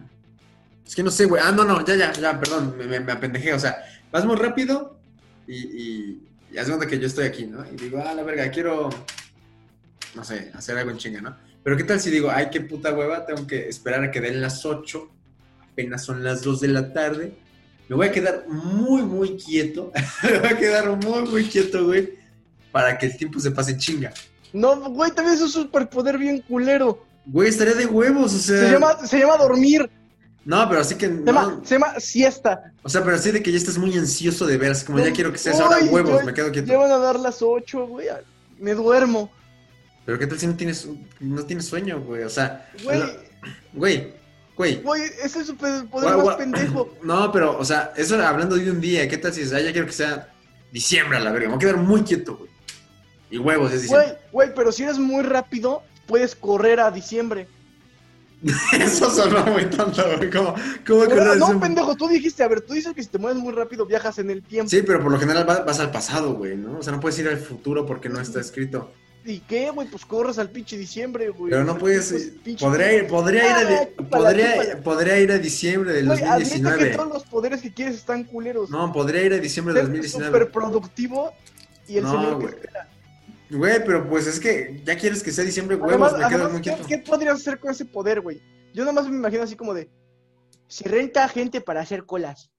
Speaker 1: Es que no sé, güey. Ah, no, no, ya, ya, ya, perdón, me, me, me apendejé. O sea, vas muy rápido y, y, y haz cuenta que yo estoy aquí, ¿no? Y digo, ah, la verga, quiero, no sé, hacer algo en chinga, ¿no? Pero ¿qué tal si digo, ay, qué puta hueva, tengo que esperar a que den las 8, apenas son las 2 de la tarde. Me voy a quedar muy, muy quieto. <laughs> me voy a quedar muy, muy quieto, güey, para que el tiempo se pase en chinga.
Speaker 2: No, güey, también es un superpoder bien culero.
Speaker 1: Güey, estaría de huevos, o sea...
Speaker 2: Se llama, se llama dormir,
Speaker 1: No, pero así que...
Speaker 2: se,
Speaker 1: No,
Speaker 2: llama, se llama siesta.
Speaker 1: O sea, pero así de que ya estás muy ansioso de ver, así como ya
Speaker 2: No,
Speaker 1: quiero que seas ahora
Speaker 2: ay,
Speaker 1: huevos,
Speaker 2: güey,
Speaker 1: me quedo quieto.
Speaker 2: Ya van a dar las 8, güey. a- Me duermo.
Speaker 1: Pero qué tal si no tienes, no tienes sueño, güey. O sea,
Speaker 2: Güey,
Speaker 1: no- güey, güey.
Speaker 2: güey, es el superpoder
Speaker 1: Guau,
Speaker 2: más
Speaker 1: guau.
Speaker 2: pendejo.
Speaker 1: No, pero, o sea, eso hablando de un día, ¿qué tal si dices, "Ah, ya quiero que sea diciembre a la verga? Me voy a quedar muy quieto, güey. Y huevos, es diciembre.
Speaker 2: Güey, güey, pero si eres muy rápido, puedes correr a diciembre.
Speaker 1: <laughs> Eso sonó muy tonto, güey. ¿Cómo, cómo que
Speaker 2: Pero
Speaker 1: no es
Speaker 2: no,
Speaker 1: un-
Speaker 2: pendejo, tú dijiste, a ver, tú dices que si te mueves muy rápido viajas en el tiempo.
Speaker 1: Sí, pero por lo general va- vas al pasado, güey, ¿no? O sea, no puedes ir al futuro porque no está escrito.
Speaker 2: ¿Y qué, güey? Pues corres al pinche diciembre, güey.
Speaker 1: Pero no puedes.
Speaker 2: Pues,
Speaker 1: eh,
Speaker 2: pinche-
Speaker 1: Podría ir, podría ir, a,
Speaker 2: Ah,
Speaker 1: di-
Speaker 2: chúpala, chúpala.
Speaker 1: podría, podría ir a diciembre del
Speaker 2: Güey, admite
Speaker 1: 2019.
Speaker 2: que todos los poderes que quieres están culeros.
Speaker 1: No, podría ir a diciembre de
Speaker 2: Ser
Speaker 1: 2019.
Speaker 2: superproductivo y el
Speaker 1: No,
Speaker 2: señor que-
Speaker 1: güey. Güey, pero pues es que ya quieres que sea diciembre, huevos,
Speaker 2: Además,
Speaker 1: me quedo
Speaker 2: además,
Speaker 1: muy
Speaker 2: ¿qué,
Speaker 1: quieto.
Speaker 2: qué podrías hacer con ese poder, güey? Yo nomás me imagino así como de... Se renta gente para hacer colas.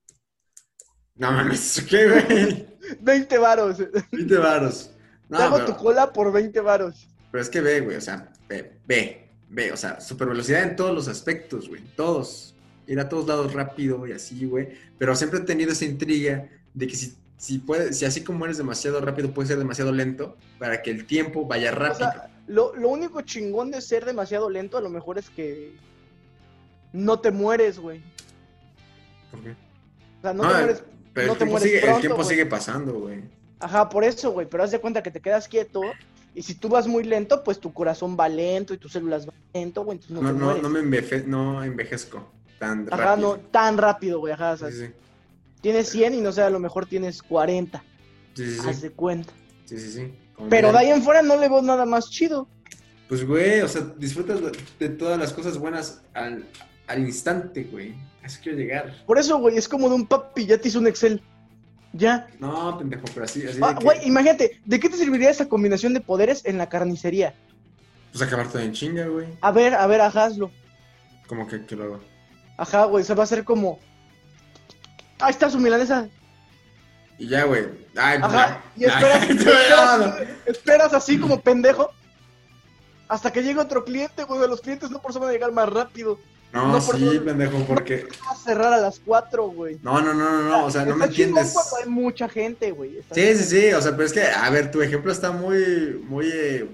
Speaker 2: <laughs>
Speaker 1: No mames, <laughs> ¿qué, güey?
Speaker 2: 20 varos. Te
Speaker 1: 20 varos. No,
Speaker 2: hago tu
Speaker 1: pero,
Speaker 2: cola por 20 varos.
Speaker 1: pero es que ve, güey, o sea, ve, ve, ve, o sea, super velocidad en todos los aspectos, güey, en todos. Ir a todos lados rápido y así, güey. Pero siempre he tenido esa intriga de que si, si, puedes, si así como eres demasiado rápido, puedes ser demasiado lento para que el tiempo vaya
Speaker 2: O
Speaker 1: rápido.
Speaker 2: sea, lo, lo único chingón de ser demasiado lento a lo mejor es que... No te mueres, güey.
Speaker 1: ¿Por qué?
Speaker 2: O sea, no,
Speaker 1: No,
Speaker 2: te mueres...
Speaker 1: Pero
Speaker 2: no
Speaker 1: el
Speaker 2: te
Speaker 1: tiempo,
Speaker 2: mueres
Speaker 1: sigue, el
Speaker 2: pronto,
Speaker 1: tiempo
Speaker 2: güey.
Speaker 1: sigue pasando, güey.
Speaker 2: Ajá, por eso, güey. Pero haz de cuenta que te quedas quieto y si tú vas muy lento, pues tu corazón va lento y tus células van lento, güey. Entonces no,
Speaker 1: No,
Speaker 2: te
Speaker 1: no,
Speaker 2: mueres.
Speaker 1: no me enveje- no envejezco tan
Speaker 2: Ajá,
Speaker 1: rápido.
Speaker 2: no, tan rápido, güey. Ajá, o sea,
Speaker 1: Sí, sí,
Speaker 2: tienes 100 y no sé, a lo mejor tienes 40.
Speaker 1: sí, sí,
Speaker 2: Haz
Speaker 1: sí,
Speaker 2: de cuenta.
Speaker 1: sí, sí, sí. Como
Speaker 2: Pero
Speaker 1: mira,
Speaker 2: de ahí en fuera no le veo nada más chido.
Speaker 1: Pues, güey, o sea, disfrutas de- de todas las cosas buenas al, al instante, güey. A Eso quiero llegar.
Speaker 2: Por eso, güey, es como de un papi, ya te hizo un Excel. Ya.
Speaker 1: No, pendejo, pero así, así
Speaker 2: Ah,
Speaker 1: de que,
Speaker 2: güey, imagínate, ¿de qué te serviría esa combinación de poderes en la carnicería?
Speaker 1: Pues acabar todo en chinga, güey.
Speaker 2: A ver, a ver, ajá, hazlo.
Speaker 1: Como que, que lo hago.
Speaker 2: Ajá, güey, se va a hacer como. Ahí está su milanesa.
Speaker 1: Y ya, güey. Ay, pues,
Speaker 2: Ajá,
Speaker 1: ya.
Speaker 2: y
Speaker 1: <laughs>
Speaker 2: esperas,
Speaker 1: Ay, no,
Speaker 2: esperas,
Speaker 1: no.
Speaker 2: esperas así como pendejo hasta que llegue otro cliente, güey. Los clientes no por eso van a llegar más rápido.
Speaker 1: No,
Speaker 2: No, por
Speaker 1: sí,
Speaker 2: favor.
Speaker 1: pendejo, porque...
Speaker 2: Va a cerrar a las 4, güey.
Speaker 1: No, no, no, no, no, o sea, no me
Speaker 2: Está chingón
Speaker 1: entiendes.
Speaker 2: cuando hay mucha gente, güey. Está-
Speaker 1: Sí, sí, sí, o sea, pero es que, a ver, tu ejemplo está muy, muy, eh,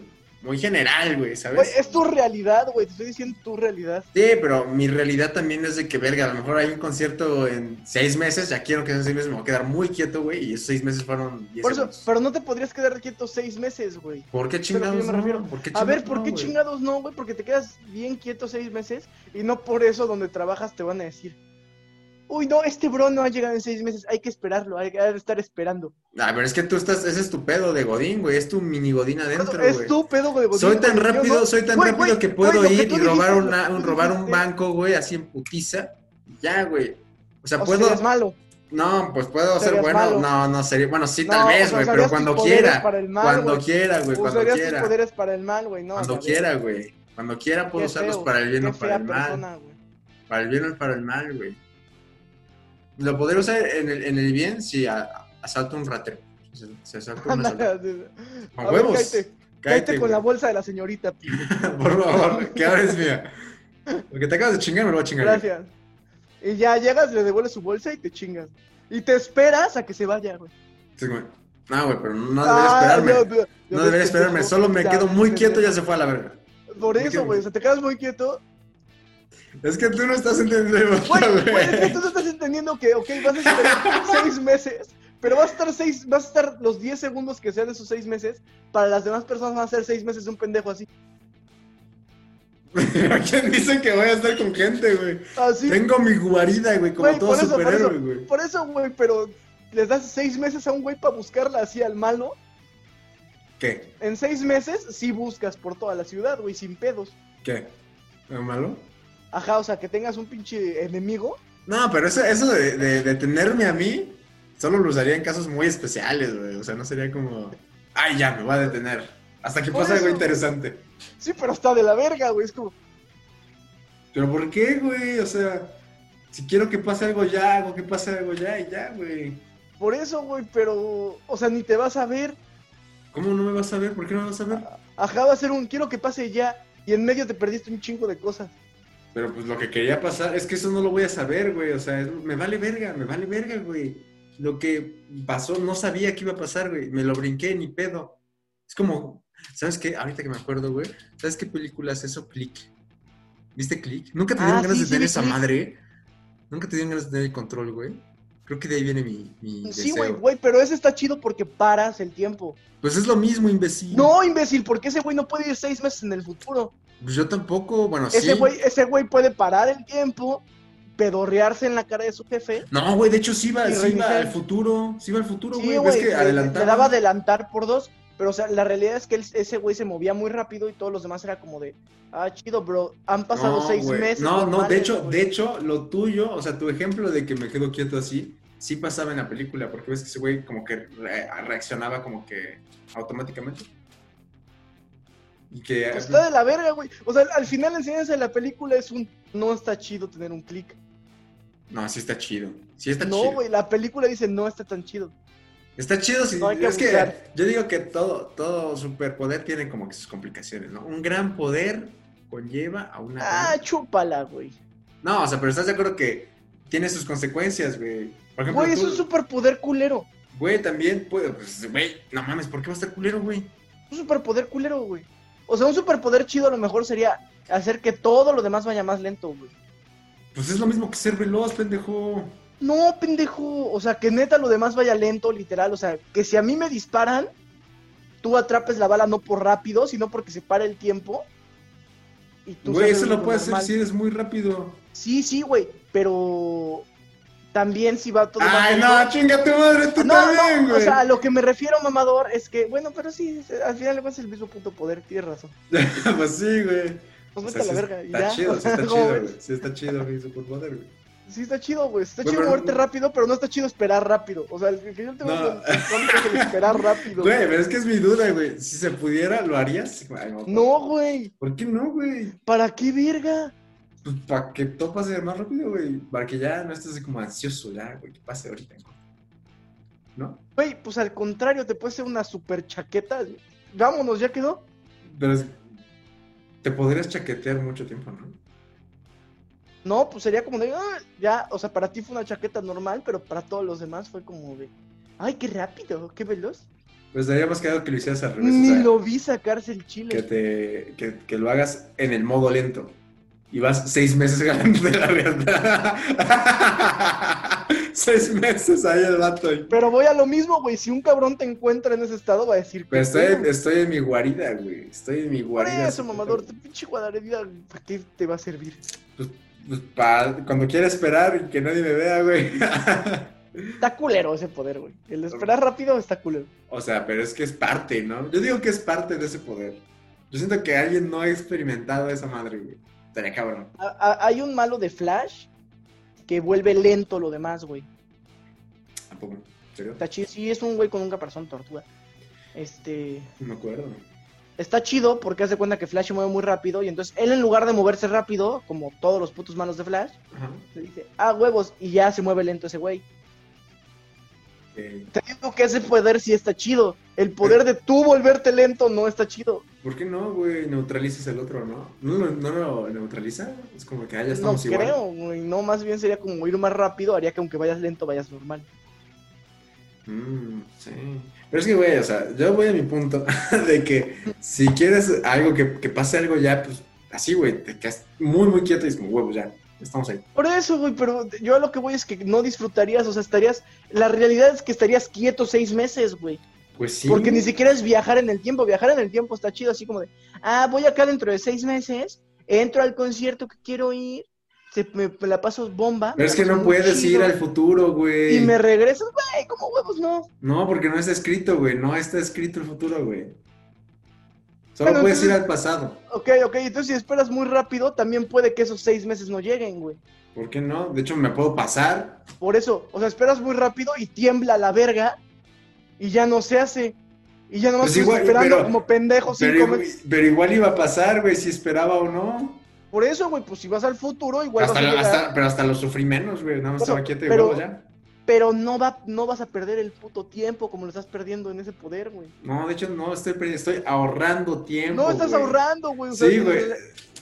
Speaker 1: muy general, güey, ¿sabes?
Speaker 2: Güey, es tu realidad, güey. Te estoy diciendo tu realidad.
Speaker 1: Sí, pero mi realidad también es de que, verga, a lo mejor hay un concierto en seis meses, ya quiero que sean seis meses, me voy a quedar muy quieto, güey, y esos seis meses fueron diez
Speaker 2: Por eso,
Speaker 1: segundos.
Speaker 2: pero no te podrías quedar quieto seis meses, güey.
Speaker 1: ¿Por qué
Speaker 2: es a lo que
Speaker 1: chingados
Speaker 2: yo me
Speaker 1: no?
Speaker 2: refiero.
Speaker 1: ¿Por qué
Speaker 2: A ver,
Speaker 1: chingados
Speaker 2: ¿por
Speaker 1: no,
Speaker 2: qué
Speaker 1: güey?
Speaker 2: chingados no, güey? Porque te quedas bien quieto seis meses y no por eso donde trabajas te van a decir. uy, no, este bro no ha llegado en seis meses, hay que esperarlo, hay que estar esperando.
Speaker 1: Ah, pero es que tú estás, ese es tu pedo de Godín, güey, es tu mini Godín adentro, güey.
Speaker 2: es tu pedo, güey.
Speaker 1: Soy tan
Speaker 2: Yo no-
Speaker 1: rápido, soy tan
Speaker 2: Güey,
Speaker 1: rápido
Speaker 2: güey,
Speaker 1: que puedo
Speaker 2: güey, lo que
Speaker 1: ir
Speaker 2: tú
Speaker 1: y robar,
Speaker 2: dijiste,
Speaker 1: una-
Speaker 2: lo que
Speaker 1: un,
Speaker 2: tú
Speaker 1: robar un
Speaker 2: dijiste.
Speaker 1: banco, güey, así en putiza. y Ya, güey. O sea,
Speaker 2: O sea,
Speaker 1: puedo.
Speaker 2: serías malo.
Speaker 1: no, pues puedo ser
Speaker 2: serías
Speaker 1: bueno.
Speaker 2: malo.
Speaker 1: No, no sería. Bueno, sí,
Speaker 2: No,
Speaker 1: tal
Speaker 2: o
Speaker 1: vez,
Speaker 2: sea,
Speaker 1: güey,
Speaker 2: usarías
Speaker 1: pero
Speaker 2: tus
Speaker 1: cuando
Speaker 2: poderes
Speaker 1: quiera.
Speaker 2: para el mal,
Speaker 1: cuando
Speaker 2: güey.
Speaker 1: quiera, güey, cuando
Speaker 2: Usarías tus
Speaker 1: quiera.
Speaker 2: poderes para el mal, güey, no.
Speaker 1: cuando
Speaker 2: a ver,
Speaker 1: quiera, güey. Cuando quiera puedo
Speaker 2: qué
Speaker 1: usarlos
Speaker 2: feo,
Speaker 1: para el bien
Speaker 2: qué
Speaker 1: o para
Speaker 2: fea
Speaker 1: el mal.
Speaker 2: persona, güey.
Speaker 1: Para el bien o para el mal, güey. Lo podré usar en el, en el bien si a- a- asalto un ratero. Se, se asalta un
Speaker 2: <laughs> Ándale,
Speaker 1: ratero.
Speaker 2: así.
Speaker 1: Con
Speaker 2: A ver,
Speaker 1: huevos.
Speaker 2: cállate,
Speaker 1: Cállate,
Speaker 2: cállate con
Speaker 1: güey.
Speaker 2: la bolsa de la señorita, pi.
Speaker 1: <laughs> Por favor, que ahora es mía. Lo que te acabas de chingar me lo voy a chingar. yo.
Speaker 2: Gracias. Y ya llegas, le devuelves su bolsa y te chingas. Y te esperas a que se vaya, güey.
Speaker 1: Sí, güey. No, güey, pero no debería esperarme.
Speaker 2: Ah, yo- yo- yo
Speaker 1: no debería
Speaker 2: ves,
Speaker 1: esperarme.
Speaker 2: pendejo,
Speaker 1: Solo me
Speaker 2: ya,
Speaker 1: quedo muy
Speaker 2: pendejo.
Speaker 1: quieto y ya se fue a la verga.
Speaker 2: Por
Speaker 1: me quedo-
Speaker 2: eso, güey, o sea, te quedas muy quieto.
Speaker 1: Es que tú no estás entendiendo. <laughs>
Speaker 2: Güey, güey, es que
Speaker 1: güey.
Speaker 2: tú no estás entendiendo que, ok, vas a esperar seis meses, pero vas a estar seis, vas a estar los 10 segundos que sean de esos seis meses, para las demás personas van a ser seis meses de un pendejo así.
Speaker 1: <laughs> ¿A quién dicen que voy a estar con gente, güey?
Speaker 2: Así.
Speaker 1: Tengo mi guarida, güey, como
Speaker 2: Güey,
Speaker 1: todo
Speaker 2: por eso, por
Speaker 1: superhéroe,
Speaker 2: eso.
Speaker 1: güey.
Speaker 2: Por eso, güey, pero les das seis meses a un güey para buscarla así al malo.
Speaker 1: ¿Qué?
Speaker 2: En seis meses sí buscas por toda la ciudad, güey, sin pedos.
Speaker 1: ¿Qué? ¿Es malo?
Speaker 2: Ajá, o sea, que tengas un pinche enemigo.
Speaker 1: No, pero eso, eso de, de- de tenerme a mí, solo lo usaría en casos muy especiales, güey. O sea, no sería como, ay, ya, me voy a detener. Hasta que
Speaker 2: Por
Speaker 1: pase algo
Speaker 2: eso.
Speaker 1: interesante.
Speaker 2: Sí, pero está de la verga, güey. Es como,
Speaker 1: Pero ¿por qué, güey? O sea, si quiero que pase algo ya, hago que pase algo ya y ya, güey.
Speaker 2: por eso, güey, pero. O sea, ni te vas a ver.
Speaker 1: ¿Cómo no me vas a ver? ¿Por qué no me vas a ver?
Speaker 2: Ajá, va a ser un quiero que pase ya. Y en medio te perdiste un chingo de cosas.
Speaker 1: Pero pues lo que quería pasar es que eso no lo voy a saber, güey. O sea, es- me vale verga, me vale verga, güey. Lo que pasó, no sabía que iba a pasar, güey. Me lo brinqué, ni pedo. Es como, ¿sabes qué? Ahorita que me acuerdo, güey. ¿Sabes qué película es eso? Click. ¿Viste Click? Nunca te
Speaker 2: Ah,
Speaker 1: dieron ganas
Speaker 2: sí,
Speaker 1: de
Speaker 2: sí,
Speaker 1: tener
Speaker 2: vi
Speaker 1: esa
Speaker 2: Click.
Speaker 1: madre. Nunca te dieron ganas de tener el control, güey. Creo que de ahí viene mi, mi
Speaker 2: Sí, güey,
Speaker 1: deseo.
Speaker 2: güey, pero ese está chido porque paras el tiempo.
Speaker 1: Pues es lo mismo, imbécil.
Speaker 2: No, imbécil, porque ese güey no puede ir seis meses en el futuro.
Speaker 1: Pues yo tampoco, bueno, sí.
Speaker 2: Ese güey ese güey puede parar el tiempo, pedorrearse en la cara de su jefe.
Speaker 1: No, güey, de hecho sí iba,
Speaker 2: Y
Speaker 1: sí iba
Speaker 2: reiniciar.
Speaker 1: al futuro. Sí iba al futuro,
Speaker 2: Sí,
Speaker 1: güey. Ves
Speaker 2: güey,
Speaker 1: que
Speaker 2: le- le daba
Speaker 1: adelantaba.
Speaker 2: adelantar por dos, pero o sea, la realidad es que él- ese güey se movía muy rápido y todos los demás era como de, ah, chido, bro, han pasado
Speaker 1: No,
Speaker 2: seis
Speaker 1: güey.
Speaker 2: meses.
Speaker 1: No, no, de
Speaker 2: normales,
Speaker 1: hecho,
Speaker 2: güey".
Speaker 1: de hecho, lo tuyo, o sea, tu ejemplo de que me quedo quieto así, sí pasaba en la película, porque ves que ese güey como que re- reaccionaba como que automáticamente. Y que.
Speaker 2: Pues está de la verga, güey. O sea, al final la enseñanza de la película es un, no está chido tener un clic.
Speaker 1: No, sí está chido. Sí está
Speaker 2: No,
Speaker 1: chido.
Speaker 2: güey, la película dice, no está tan chido.
Speaker 1: Está chido, sí.
Speaker 2: No hay que
Speaker 1: es que
Speaker 2: abusar.
Speaker 1: yo digo que todo, todo superpoder tiene como que sus complicaciones, ¿no? Un gran poder conlleva a una.
Speaker 2: Ah,
Speaker 1: gran-
Speaker 2: chúpala, güey.
Speaker 1: No, o sea, pero estás de acuerdo que tiene sus consecuencias, güey. Por ejemplo,
Speaker 2: Güey, es
Speaker 1: tú-
Speaker 2: un superpoder culero.
Speaker 1: Güey, también puede. Pues, güey, no mames, ¿por qué va a estar culero, güey?
Speaker 2: Un superpoder culero, güey. O sea, un superpoder chido a lo mejor sería hacer que todo lo demás vaya más lento, güey.
Speaker 1: Pues es lo mismo que ser veloz, pendejo.
Speaker 2: No, pendejo. O sea, que neta lo demás vaya lento, literal. O sea, que si a mí me disparan, tú atrapes la bala no por rápido, sino porque se para el tiempo. Y tú
Speaker 1: Güey,
Speaker 2: seas
Speaker 1: eso
Speaker 2: el
Speaker 1: lo
Speaker 2: único
Speaker 1: puedes hacer
Speaker 2: normal.
Speaker 1: si eres muy rápido.
Speaker 2: Sí, sí, güey. Pero también si va todo. más
Speaker 1: Ay,
Speaker 2: lento-
Speaker 1: no, chinga tu madre, tú
Speaker 2: No,
Speaker 1: también,
Speaker 2: no,
Speaker 1: güey.
Speaker 2: o sea, a lo que me refiero, mamador, es que, bueno, pero sí, al final le vas el mismo punto poder, tienes razón.
Speaker 1: <laughs> pues sí, güey.
Speaker 2: Pues
Speaker 1: O
Speaker 2: vete
Speaker 1: sea,
Speaker 2: a la
Speaker 1: sí
Speaker 2: verga. y
Speaker 1: Está
Speaker 2: ya.
Speaker 1: chido,
Speaker 2: <laughs>
Speaker 1: sí está
Speaker 2: ¿Cómo
Speaker 1: chido,
Speaker 2: ves?
Speaker 1: güey. Sí está chido mi superpoder, güey.
Speaker 2: Sí, está chido, güey. Está
Speaker 1: Güey,
Speaker 2: chido
Speaker 1: pero-
Speaker 2: moverte rápido, pero no está chido esperar rápido. O sea, el que yo te voy
Speaker 1: No.
Speaker 2: a contar es el esperar rápido.
Speaker 1: Güey, pero es que es mi duda, güey. Si se pudiera, ¿lo harías? Ay,
Speaker 2: No, güey.
Speaker 1: ¿Por qué no, güey?
Speaker 2: ¿Para qué verga?
Speaker 1: Pues para que todo pase más rápido, güey. Para que ya no estés así como ansioso, ya, güey, que pase ahorita. ¿No?
Speaker 2: Güey, pues al contrario, te puede hacer una super chaqueta. Vámonos, ya quedó.
Speaker 1: Pero es- te podrías chaquetear mucho tiempo, ¿no?
Speaker 2: No, pues sería como de, "Ah", ya, o sea, para ti fue una chaqueta normal, pero para todos los demás fue como de, ay, qué rápido, qué veloz.
Speaker 1: Pues daría más quedado que lo hicieras al revés. o
Speaker 2: Ni
Speaker 1: sea,
Speaker 2: lo vi sacarse el chile.
Speaker 1: que, te, que, que lo hagas en el modo lento. Y vas seis meses <laughs> ganando de la verdad. <laughs> seis meses ahí el vato. y-
Speaker 2: Pero voy a lo mismo, güey. Si un cabrón te encuentra en ese estado, va a decir
Speaker 1: Pero
Speaker 2: "¿Qué pedo?".
Speaker 1: estoy, estoy en mi guarida, güey. Estoy en mi
Speaker 2: Por
Speaker 1: guarida.
Speaker 2: eso, mamador, tu pinche guadalerida, ¿para qué te va a servir?
Speaker 1: Pues, Pues pa- cuando quiera esperar y que nadie me vea, güey. <laughs>
Speaker 2: Está culero ese poder, güey. El de esperar rápido está culero.
Speaker 1: o sea, pero es que es parte, ¿no? Yo digo que es parte de ese poder. Yo siento que alguien no ha experimentado esa madre, güey. Estaría cabrón.
Speaker 2: A- a- hay un malo de Flash que vuelve lento lo demás, güey.
Speaker 1: ¿A poco? ¿En serio?
Speaker 2: Está chido. Sí, es un güey con un caparazón tortuga. Este.
Speaker 1: No me acuerdo.
Speaker 2: Está chido porque hace cuenta que Flash se mueve muy rápido. Y entonces él, en lugar de moverse rápido, como todos los putos malos de Flash,
Speaker 1: Ajá.
Speaker 2: le dice, ah, huevos. Y ya se mueve lento ese güey.
Speaker 1: Ok.
Speaker 2: Te digo que ese poder sí está chido. El poder de tú volverte lento no está chido.
Speaker 1: ¿Por qué no, güey? Neutralizas el otro, ¿no? ¿No lo, no lo neutraliza? Es como que ah, ya
Speaker 2: No
Speaker 1: estamos igual.
Speaker 2: creo, güey. No, más bien sería como ir más rápido. Haría que aunque vayas lento, vayas normal.
Speaker 1: Mm, sí. Pero es que, güey, o sea, yo voy a mi punto <laughs> de que si quieres algo que, que pase algo ya, pues así, güey, te quedas muy, muy quieto y es como huevo, ya, estamos ahí.
Speaker 2: Por eso, güey, pero yo a lo que voy es que no disfrutarías, o sea, estarías. La realidad es que estarías quieto seis meses, güey.
Speaker 1: Pues sí.
Speaker 2: Porque ni siquiera es viajar en el tiempo. Viajar en el tiempo está chido, así como de, ah, voy acá dentro de seis meses, entro al concierto que quiero ir, se, me, me la paso bomba. me
Speaker 1: Pero es
Speaker 2: la
Speaker 1: que
Speaker 2: paso
Speaker 1: no
Speaker 2: muy
Speaker 1: puedes
Speaker 2: chido,
Speaker 1: ir al futuro, güey.
Speaker 2: Y me regreso, güey, como huevos, no.
Speaker 1: No, porque no está escrito, güey, no está escrito el futuro, güey. Solo
Speaker 2: Bueno,
Speaker 1: puedes ir
Speaker 2: entonces-
Speaker 1: al pasado.
Speaker 2: Ok, ok, entonces si esperas muy rápido, también puede que esos seis meses no lleguen, güey.
Speaker 1: ¿Por qué no? De hecho, me puedo pasar.
Speaker 2: Por eso, o sea, esperas muy rápido y tiembla la verga y ya no se hace. Y ya nomás
Speaker 1: Pues
Speaker 2: estás
Speaker 1: igual,
Speaker 2: esperando
Speaker 1: pero-
Speaker 2: como pendejo cinco
Speaker 1: Pero,
Speaker 2: meses.
Speaker 1: pero igual iba a pasar, güey, si esperaba o no.
Speaker 2: Por eso, güey, pues si vas al futuro, igual
Speaker 1: Hasta
Speaker 2: vas a
Speaker 1: lo-
Speaker 2: llegar,
Speaker 1: hasta- pero hasta lo sufrí menos, güey. Nada más
Speaker 2: Bueno,
Speaker 1: estaba quieto y
Speaker 2: pero-
Speaker 1: huevo ya.
Speaker 2: pero no, va, no vas a perder el puto tiempo como lo estás perdiendo en ese poder, güey.
Speaker 1: No, de hecho no, estoy, pre- estoy ahorrando tiempo.
Speaker 2: No estás
Speaker 1: güey.
Speaker 2: ahorrando, güey. o sea,
Speaker 1: Sí, güey.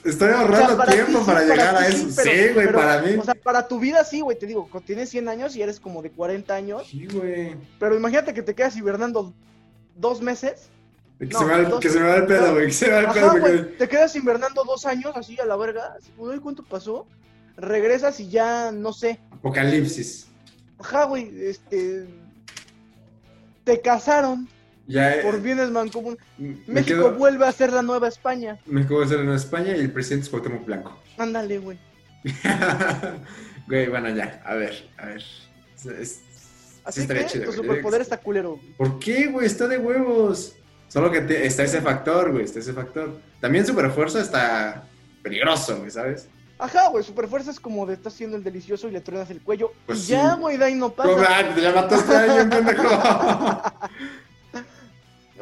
Speaker 1: Estoy ahorrando
Speaker 2: o sea, para
Speaker 1: tiempo
Speaker 2: ti sí,
Speaker 1: para
Speaker 2: para
Speaker 1: llegar
Speaker 2: ti
Speaker 1: a
Speaker 2: sí,
Speaker 1: eso.
Speaker 2: pero-
Speaker 1: sí, güey,
Speaker 2: pero,
Speaker 1: para mí.
Speaker 2: O sea, para tu vida sí, güey, te digo, cu- tienes 100 años y eres como de 40 años,
Speaker 1: sí, güey.
Speaker 2: pero imagínate que te quedas hibernando dos meses.
Speaker 1: Que,
Speaker 2: No,
Speaker 1: se me va el-
Speaker 2: entonces-
Speaker 1: que se me va el pedo, güey. Que se me va el pedo,
Speaker 2: Ajá,
Speaker 1: Ah, güey.
Speaker 2: güey, te quedas hibernando dos años así a la verga, así, güey, ¿cuánto pasó? Regresas y ya, no sé,
Speaker 1: Apocalipsis.
Speaker 2: ajá, güey, este... Te casaron
Speaker 1: Ya eh,
Speaker 2: por bienes mancomun.
Speaker 1: me
Speaker 2: México
Speaker 1: quedo,
Speaker 2: vuelve a ser la nueva España.
Speaker 1: me quedo a hacer en España y el presidente es Cuauhtémoc Blanco. <laughs>
Speaker 2: Ándale, güey.
Speaker 1: güey, bueno, ya. A ver, a ver. Es- es- sí
Speaker 2: Así que
Speaker 1: estaría chido,
Speaker 2: tu
Speaker 1: güey.
Speaker 2: superpoder está culero. güey.
Speaker 1: ¿Por qué, güey? Está de huevos. Solo que te- está ese factor, güey. Está ese factor. También superfuerza está peligroso, güey, ¿sabes?
Speaker 2: Ajá, güey, superfuerza es como de estás haciendo el delicioso y le truenas el cuello.
Speaker 1: Pues
Speaker 2: y
Speaker 1: sí.
Speaker 2: ya, güey, de ahí no pasa.
Speaker 1: No, man, te la mataste a alguien, pendejo.
Speaker 2: <laughs> o sea,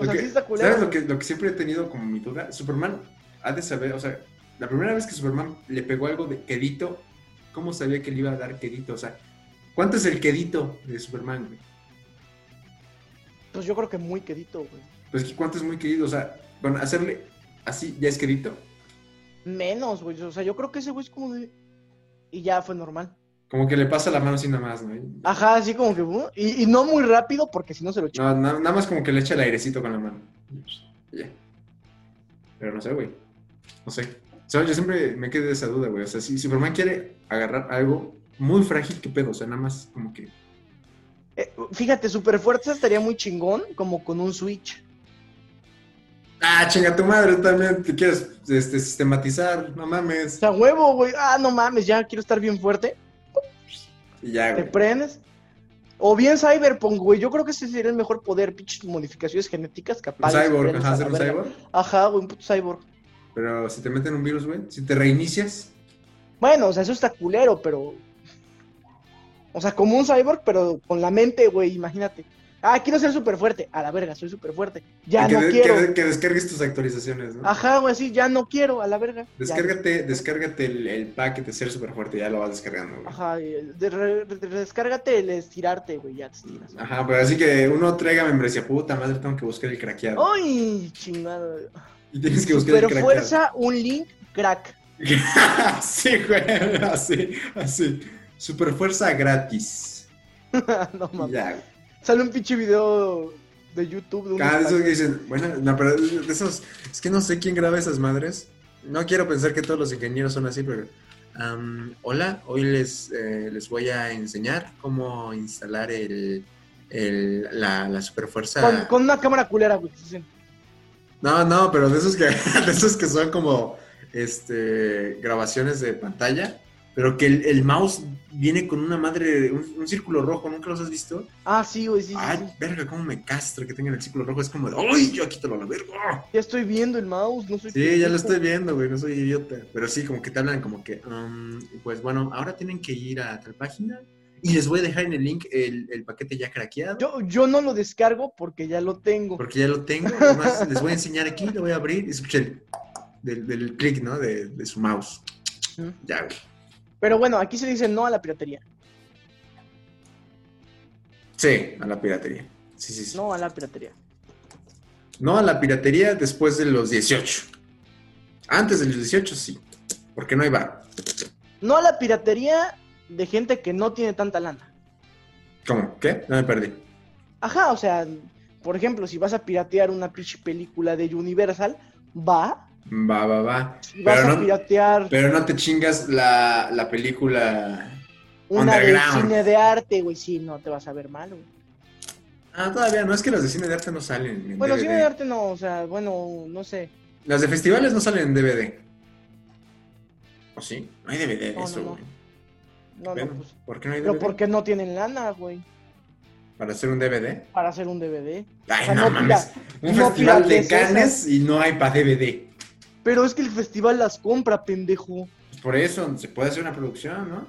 Speaker 1: Lo que-
Speaker 2: sí está culero.
Speaker 1: ¿Sabes lo que, lo que siempre he tenido como mi duda? Superman ha de saber, o sea, la primera vez que Superman le pegó algo de quedito, ¿cómo sabía que le iba a dar quedito? O sea, ¿cuánto es el quedito de Superman, güey?
Speaker 2: Pues yo creo que muy quedito, güey.
Speaker 1: Pues que cuánto es muy querido, o sea, bueno, hacerle así, ya es quedito,
Speaker 2: Menos, güey. O sea, yo creo que ese güey es como de. Y ya fue normal.
Speaker 1: como que le pasa la mano así nada más, ¿no?
Speaker 2: Ajá, así como que. uh, y, y no muy rápido porque si no se lo chupa.
Speaker 1: No, na- nada más como que le echa el airecito con la mano. Y Ya. Pero no sé, güey. No sé. O sea, yo siempre me quedé de esa duda, güey. O sea, si Superman quiere agarrar algo muy frágil, ¿qué pedo? O sea, nada más como que.
Speaker 2: Eh, fíjate, superfuerza estaría muy chingón como con un Switch.
Speaker 1: Ah, chinga tu madre, también te quieres este, sistematizar, no
Speaker 2: O
Speaker 1: mames.
Speaker 2: sea, huevo, güey. Ah, no mames, ya quiero estar bien fuerte.
Speaker 1: Y ya,
Speaker 2: Te
Speaker 1: güey.
Speaker 2: prendes. O bien Cyberpunk, güey. Yo creo que ese sería el mejor poder, pinches modificaciones genéticas
Speaker 1: Un
Speaker 2: capaz
Speaker 1: cyborg, ajá, hacer un cyborg.
Speaker 2: Ajá, güey, un puto cyborg.
Speaker 1: Pero si te meten un virus, güey, si te reinicias,
Speaker 2: Bueno, o sea, eso está culero, pero. O sea, como un cyborg, pero con la mente, güey, imagínate. Ah, quiero ser súper fuerte. A la verga, soy súper fuerte. Ya
Speaker 1: que,
Speaker 2: no
Speaker 1: de- que
Speaker 2: quiero.
Speaker 1: de- que descargues tus actualizaciones, ¿no?
Speaker 2: Ajá, güey, sí, ya no quiero, a la verga. Ya.
Speaker 1: Descárgate, descárgate el, el pack de ser súper fuerte, ya lo vas descargando, güey.
Speaker 2: Ajá, y de- re- re- descárgate el estirarte, güey, ya te estiras.
Speaker 1: Ajá, pero así que uno traiga membresía, puta madre, tengo que buscar el craqueado.
Speaker 2: Oh, ¡Ay, chingado!
Speaker 1: Y tienes que buscar el
Speaker 2: Pero
Speaker 1: craqueado.
Speaker 2: fuerza, un link, crack.
Speaker 1: <laughs>
Speaker 2: <laughs>
Speaker 1: sí, güey, así, así. Super fuerza gratis.
Speaker 2: no
Speaker 1: Y
Speaker 2: mames.
Speaker 1: Ya.
Speaker 2: Sale un pinche video de YouTube de un.
Speaker 1: Cada de esos
Speaker 2: español.
Speaker 1: que dicen, bueno, no, pero de esos, es que no sé quién graba esas madres. No quiero pensar que todos los ingenieros son así, pero. am, hola, hoy les, eh, les voy a enseñar cómo instalar el, el- la, la super
Speaker 2: Con, con una cámara culera, güey. que se hacen.
Speaker 1: No, no, <laughs> pero de esos que, de esos que son como este grabaciones de pantalla, Pero que el, el mouse viene con una madre, un, un círculo rojo, ¿nunca los has visto?
Speaker 2: Ah, sí, güey, sí, sí,
Speaker 1: Ay,
Speaker 2: sí.
Speaker 1: verga, cómo me castra que tengan el círculo rojo. Es como de, ¡ay, yo quítalo a la verga!
Speaker 2: Ya estoy viendo el mouse, no soy
Speaker 1: Sí, ¡Ah! ya lo
Speaker 2: pendejo.
Speaker 1: estoy viendo, güey, no soy idiota. Pero sí, como que te hablan como que, um, pues bueno, ahora tienen que ir a tal página y les voy a dejar en el link el, el paquete ya craqueado.
Speaker 2: Yo, yo no lo descargo porque ya lo tengo.
Speaker 1: Porque ya lo tengo, además les voy a enseñar aquí, lo voy a abrir y escuché el del, del clic, ¿no? De, de su mouse.
Speaker 2: Ujú.
Speaker 1: Ya, güey.
Speaker 2: Pero bueno, aquí se dice no a la piratería.
Speaker 1: Sí, a la piratería. Sí, sí, sí. No.
Speaker 2: No a la piratería.
Speaker 1: a la piratería después de los 18. Antes de los 18, sí. Porque no hay bar.
Speaker 2: No a la piratería de gente que no tiene tanta lana.
Speaker 1: ¿Cómo? ¿Qué? No me perdí.
Speaker 2: Ajá, o sea, por ejemplo, si vas a piratear una pinche película de Universal, va.
Speaker 1: Va, va, va.
Speaker 2: Si vas
Speaker 1: Pero
Speaker 2: a
Speaker 1: no,
Speaker 2: piratear
Speaker 1: pero no te chingas la, la película.
Speaker 2: una de
Speaker 1: underground.
Speaker 2: cine de arte, güey, sí, no te vas a ver mal, güey.
Speaker 1: Ah, todavía no, es que las de cine de arte no salen en
Speaker 2: Bueno,
Speaker 1: DVD.
Speaker 2: cine de arte no, o sea, bueno, no sé.
Speaker 1: Las de festivales no salen en DVD. ¿O sí? No hay DVD de
Speaker 2: No, no,
Speaker 1: eso,
Speaker 2: no.
Speaker 1: güey.
Speaker 2: No,
Speaker 1: Bueno,
Speaker 2: no, pues.
Speaker 1: ¿Por qué no hay DVD?
Speaker 2: Pero porque no tienen lana, güey,
Speaker 1: ¿Para hacer un DVD?
Speaker 2: para hacer un DVD.
Speaker 1: Ay,
Speaker 2: O sea,
Speaker 1: no,
Speaker 2: no
Speaker 1: mames. Un
Speaker 2: no
Speaker 1: festival de
Speaker 2: pirates
Speaker 1: Cannes y no hay para DVD.
Speaker 2: Pero es que el festival las compra, pendejo.
Speaker 1: Pues Por eso se puede hacer una producción, ¿no?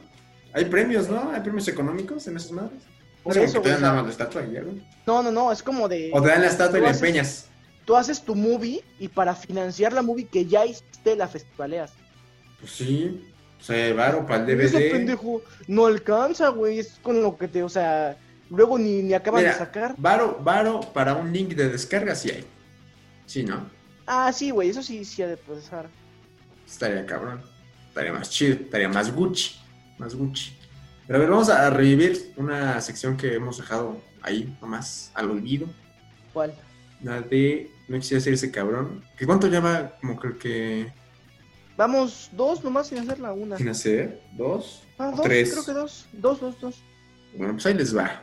Speaker 1: Hay premios, ¿no? Hay premios económicos en esas madres.
Speaker 2: Por
Speaker 1: No es
Speaker 2: eso,
Speaker 1: como que te dan
Speaker 2: güey,
Speaker 1: nada más la estatua y ya, güey.
Speaker 2: No, no, no, es como de...
Speaker 1: O te dan la estatua y
Speaker 2: Tú
Speaker 1: la
Speaker 2: haces-
Speaker 1: empeñas.
Speaker 2: Tú haces tu movie y para financiar la movie que ya hiciste la festivaleas.
Speaker 1: Pues sí. Se varo para el
Speaker 2: Eso,
Speaker 1: DVD.
Speaker 2: pendejo, no alcanza, güey, es con lo que te, o sea, luego ni, ni acaban
Speaker 1: Mira.
Speaker 2: de sacar.
Speaker 1: Varo, varo para un link de descarga sí hay. Sí, ¿no?
Speaker 2: Ah, sí, güey, eso sí, sí ha de procesar.
Speaker 1: Estaría cabrón. Estaría más chido. Estaría más Gucci. Más Gucci. Pero a ver, vamos a revivir una sección que hemos dejado ahí, nomás, al olvido.
Speaker 2: ¿Cuál?
Speaker 1: La de No quisiera ser ese cabrón. ¿Que ¿Cuánto lleva como creo que
Speaker 2: Vamos, dos nomás sin hacerla, una.
Speaker 1: sin hacer? ¿Dos?
Speaker 2: Ah,
Speaker 1: o
Speaker 2: dos,
Speaker 1: tres.
Speaker 2: creo que dos. Dos, dos, dos.
Speaker 1: Bueno, pues ahí les va.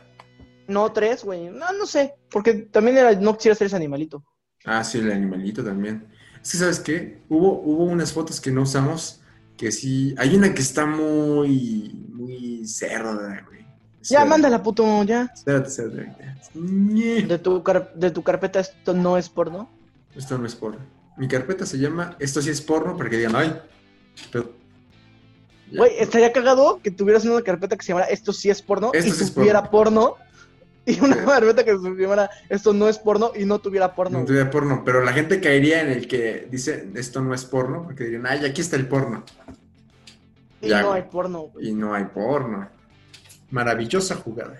Speaker 2: No, tres, güey. No, no sé. Porque también era, no quisiera ser ese animalito.
Speaker 1: Ah, sí, el animalito también. Es que, ¿sabes qué? Hubo, hubo unas fotos que no usamos que sí. Hay una que está muy. muy cerda, güey.
Speaker 2: Ya,
Speaker 1: Espérate,
Speaker 2: mándala, puto, ya.
Speaker 1: Espérate, espérate. ahorita. Ñe.
Speaker 2: De tu, car- de tu carpeta esto no es porno.
Speaker 1: Esto no es porno. Mi carpeta se llama Esto sí es porno para que digan, ay. Pero... Ya.
Speaker 2: Güey, estaría cagado que tuvieras una carpeta que se llamara Esto sí es porno
Speaker 1: Esto
Speaker 2: y
Speaker 1: sí es
Speaker 2: tuviera porno. Y una
Speaker 1: Sí.
Speaker 2: carpeta que se llamara Esto no es porno y no tuviera porno.
Speaker 1: No
Speaker 2: güey.
Speaker 1: tuviera porno, pero la gente caería en el que dice esto no es porno, porque dirían, ay, aquí está el porno.
Speaker 2: Y
Speaker 1: Ya,
Speaker 2: no
Speaker 1: güey.
Speaker 2: hay porno, güey.
Speaker 1: Y no hay porno. Maravillosa jugada,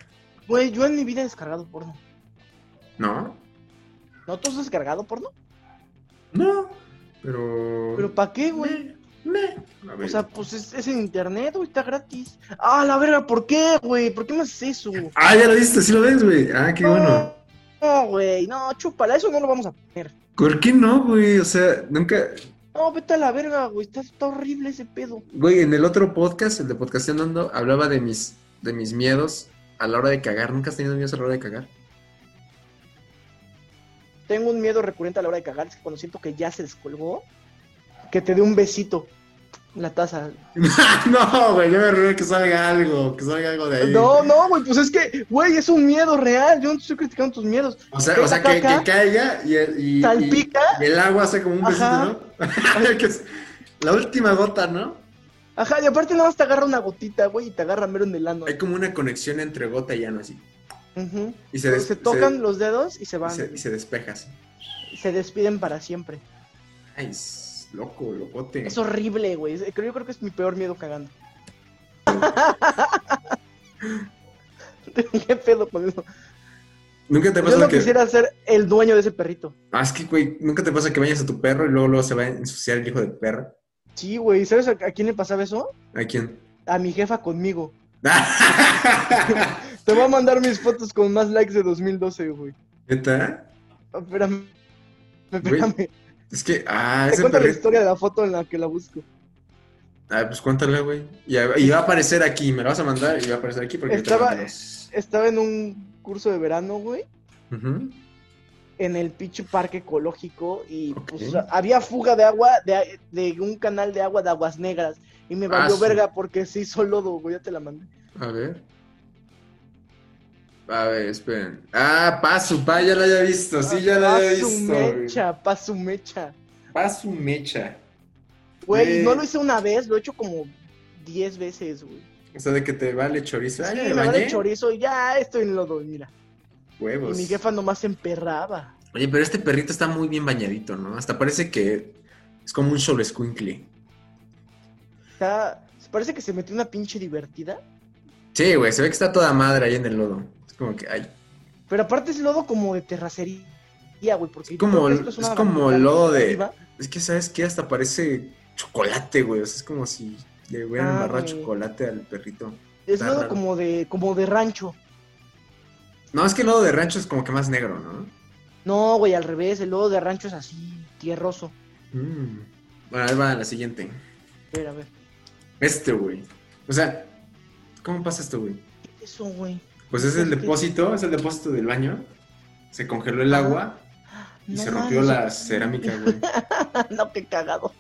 Speaker 2: Güey, yo en mi vida he descargado porno.
Speaker 1: ¿no?
Speaker 2: ¿No tú has descargado porno?
Speaker 1: No, pero.
Speaker 2: ¿Pero para qué, güey?
Speaker 1: Meh, meh. A ver.
Speaker 2: O sea, pues es, es en internet, güey, está gratis. Ah, la verga, ¿por qué, güey? ¿Por qué me haces eso?
Speaker 1: Ah, ya lo viste, sí lo ves, güey. Ah, qué bueno.
Speaker 2: No, güey, no, chúpala, eso no lo vamos a poner.
Speaker 1: ¿Por qué no, güey? O sea, nunca.
Speaker 2: No, vete a la verga, güey, está, está horrible ese pedo.
Speaker 1: Güey, en el otro podcast, el de Podcastionando, hablaba de mis, de mis miedos a la hora de cagar. ¿Nunca has tenido miedos a la hora de cagar?
Speaker 2: Tengo un miedo recurrente a la hora de cagar, es que cuando siento que ya se descolgó, que te dé un besito en la taza.
Speaker 1: <laughs> no, güey, yo me río que salga algo, que salga algo de ahí.
Speaker 2: No, no, güey, pues es que, güey, es un miedo real, yo no te estoy criticando tus miedos.
Speaker 1: O sea, o sea que, que caiga y, el- y- y-
Speaker 2: Salpica,
Speaker 1: y el agua hace como un besito,
Speaker 2: Ajá.
Speaker 1: ¿no? <laughs> Que es la última gota, ¿no?
Speaker 2: ajá, y aparte nada más te agarra una gotita, güey, y te agarra mero en el ano.
Speaker 1: Hay como una conexión entre gota y ano así.
Speaker 2: Ujú.
Speaker 1: Y se,
Speaker 2: Se,
Speaker 1: des-
Speaker 2: tocan
Speaker 1: se-
Speaker 2: los dedos y se van.
Speaker 1: y se- y se despeja así.
Speaker 2: se despiden para siempre.
Speaker 1: Ay, es loco, locote.
Speaker 2: Es horrible, güey. Es- creo- Yo creo que es mi peor miedo cagando. <laughs> ¿Qué pedo con eso?
Speaker 1: Nunca te
Speaker 2: Yo
Speaker 1: pasa
Speaker 2: no
Speaker 1: que.
Speaker 2: quisiera ser el dueño de ese perrito.
Speaker 1: Ah, es que, güey, nunca te pasa que bañas a tu perro y luego, luego se va a ensuciar el hijo de perro.
Speaker 2: Sí, güey. ¿Sabes a, a quién le pasaba eso?
Speaker 1: ¿A quién? <laughs>
Speaker 2: A mi jefa conmigo. Te voy a mandar mis fotos con más likes de 2012, güey. Ah,
Speaker 1: ¿Neta?
Speaker 2: Espérame.
Speaker 1: Güey,
Speaker 2: Espérame.
Speaker 1: Es que, ah,
Speaker 2: Te
Speaker 1: ese
Speaker 2: cuento la
Speaker 1: perrito.
Speaker 2: historia de la foto en la que la busco.
Speaker 1: Ah, pues cuéntala, güey. Y, a- y va a aparecer aquí, me la vas a mandar y va a aparecer aquí porque yo te
Speaker 2: Estaba-
Speaker 1: mando los-
Speaker 2: Estaba en un curso de verano, güey.
Speaker 1: Ujú.
Speaker 2: en el pinche parque ecológico y
Speaker 1: Ok.
Speaker 2: pues había fuga de agua de, de un canal de agua de aguas negras y me valió
Speaker 1: sí.
Speaker 2: verga porque se hizo lodo, güey, ya te la mandé.
Speaker 1: A ver. A ver, esperen. Ah, Pazu, pa, ya la había visto. Pues Sí, ya la había
Speaker 2: Pa' Ah, su
Speaker 1: visto. güey.
Speaker 2: mecha, pa' su mecha.
Speaker 3: Pazu Mecha.
Speaker 2: Güey,
Speaker 3: Eh.
Speaker 2: no lo hice una vez, lo he hecho como 10 veces, güey.
Speaker 3: O sea, de que te vale chorizo. Ah,
Speaker 2: Sí,
Speaker 3: ya
Speaker 2: me
Speaker 3: me
Speaker 2: vale
Speaker 3: bañé.
Speaker 2: chorizo y ya estoy en lodo, mira. Y
Speaker 3: Huevos.
Speaker 1: Pues.
Speaker 2: mi jefa nomás se emperraba.
Speaker 1: Oye, pero este perrito está muy bien bañadito, ¿no? Hasta parece que es como un solo squinkly.
Speaker 2: Está, parece que se metió una pinche divertida.
Speaker 1: Sí, güey, se ve que está toda madre ahí en el lodo. Es como que, ay.
Speaker 2: Pero aparte es lodo como de terracería, güey, porque
Speaker 1: Es como-
Speaker 2: creo que
Speaker 1: es
Speaker 2: una
Speaker 1: como
Speaker 2: banqueta
Speaker 1: lodo de-
Speaker 2: arriba.
Speaker 1: Es que, ¿sabes qué? Hasta parece chocolate, güey. O sea, es como si le hubieran
Speaker 2: Ah,
Speaker 1: embarrado
Speaker 2: güey.
Speaker 1: chocolate al perrito.
Speaker 2: Es
Speaker 1: Está
Speaker 2: lodo
Speaker 1: raro.
Speaker 2: como de, como de rancho.
Speaker 1: No, es que el lodo de rancho es como que más negro, ¿no?
Speaker 2: No, güey, al revés, el lodo de rancho es así, tierroso.
Speaker 1: Mm. Bueno, ahí va la siguiente.
Speaker 2: A ver, a ver.
Speaker 1: Este, güey. O sea, ¿cómo pasa esto, güey?
Speaker 2: ¿Qué es eso, güey?
Speaker 1: Pues es el
Speaker 2: ¿Qué?
Speaker 1: depósito, es el depósito del baño. Se congeló el
Speaker 2: Ajá.
Speaker 1: agua y
Speaker 2: No
Speaker 1: se rompió
Speaker 2: mames.
Speaker 1: la cerámica, güey. <laughs>
Speaker 2: <laughs> no, qué cagado.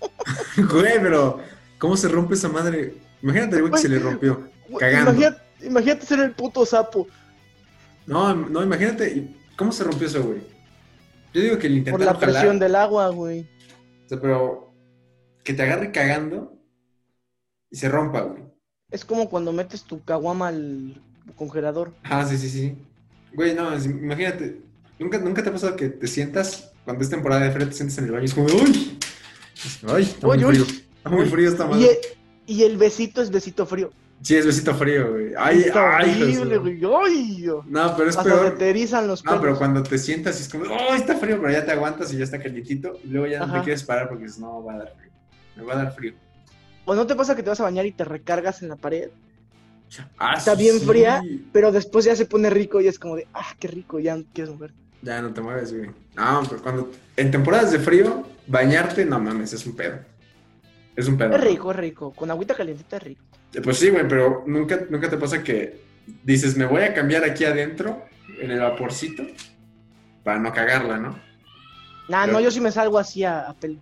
Speaker 1: Güey, pero ¿cómo se rompe esa madre? Imagínate, güey, que se le
Speaker 2: Pues,
Speaker 1: rompió.
Speaker 2: Güey,
Speaker 1: Cagando.
Speaker 2: Imagínate, imagínate ser el puto sapo.
Speaker 1: No, no, imagínate, ¿cómo se rompió eso, güey? Yo digo que le
Speaker 2: Por
Speaker 1: intentaron
Speaker 2: la
Speaker 1: jalar,
Speaker 2: presión del agua, güey.
Speaker 1: o sea, pero que te agarre cagando y se rompa, güey.
Speaker 2: Es como cuando metes tu caguama al congelador.
Speaker 1: Ah, sí, sí, sí. Güey, no, es- imagínate. ¿Nunca, ¿Nunca te ha pasado que te sientas, cuando es temporada de frío, te sientas en el baño y es como, uy, ay, está
Speaker 2: Uy,
Speaker 1: muy
Speaker 2: uy.
Speaker 1: frío. Está muy frío esta
Speaker 2: Y e-
Speaker 1: madre.
Speaker 2: el, y el besito es besito frío.
Speaker 1: Sí, es besito frío, güey. Ay,
Speaker 2: Está
Speaker 1: ay, hijo de su-
Speaker 2: horrible, güey. Ay, Dios.
Speaker 1: No, pero es
Speaker 2: Hasta se
Speaker 1: peor.
Speaker 2: te erizan los
Speaker 1: No, pero
Speaker 2: pelos.
Speaker 1: cuando te sientas y es como, oh, está frío, pero ya te aguantas y ya está calientito. Y luego ya no
Speaker 2: Ajá.
Speaker 1: te quieres parar porque dices, no, va a dar frío. Me va a dar frío.
Speaker 2: ¿O no te pasa que te vas a bañar y te recargas en la pared?
Speaker 1: Ah,
Speaker 2: Está bien fría. Pero después ya se pone rico y es como de, ah, qué rico, ya no quieres mover.
Speaker 1: Ya no te mueves, güey. No, pero cuando. En temporadas de frío, bañarte, no mames, es un pedo. Es un pedo.
Speaker 2: Es rico, es rico. Con agüita calientita es rico.
Speaker 1: Eh, Pues sí, güey, pero nunca, nunca te pasa que dices, me voy a cambiar aquí adentro, en el vaporcito, para no cagarla, ¿no?
Speaker 2: Nah,
Speaker 1: Pero-
Speaker 2: no, yo sí me salgo así a, a pelo.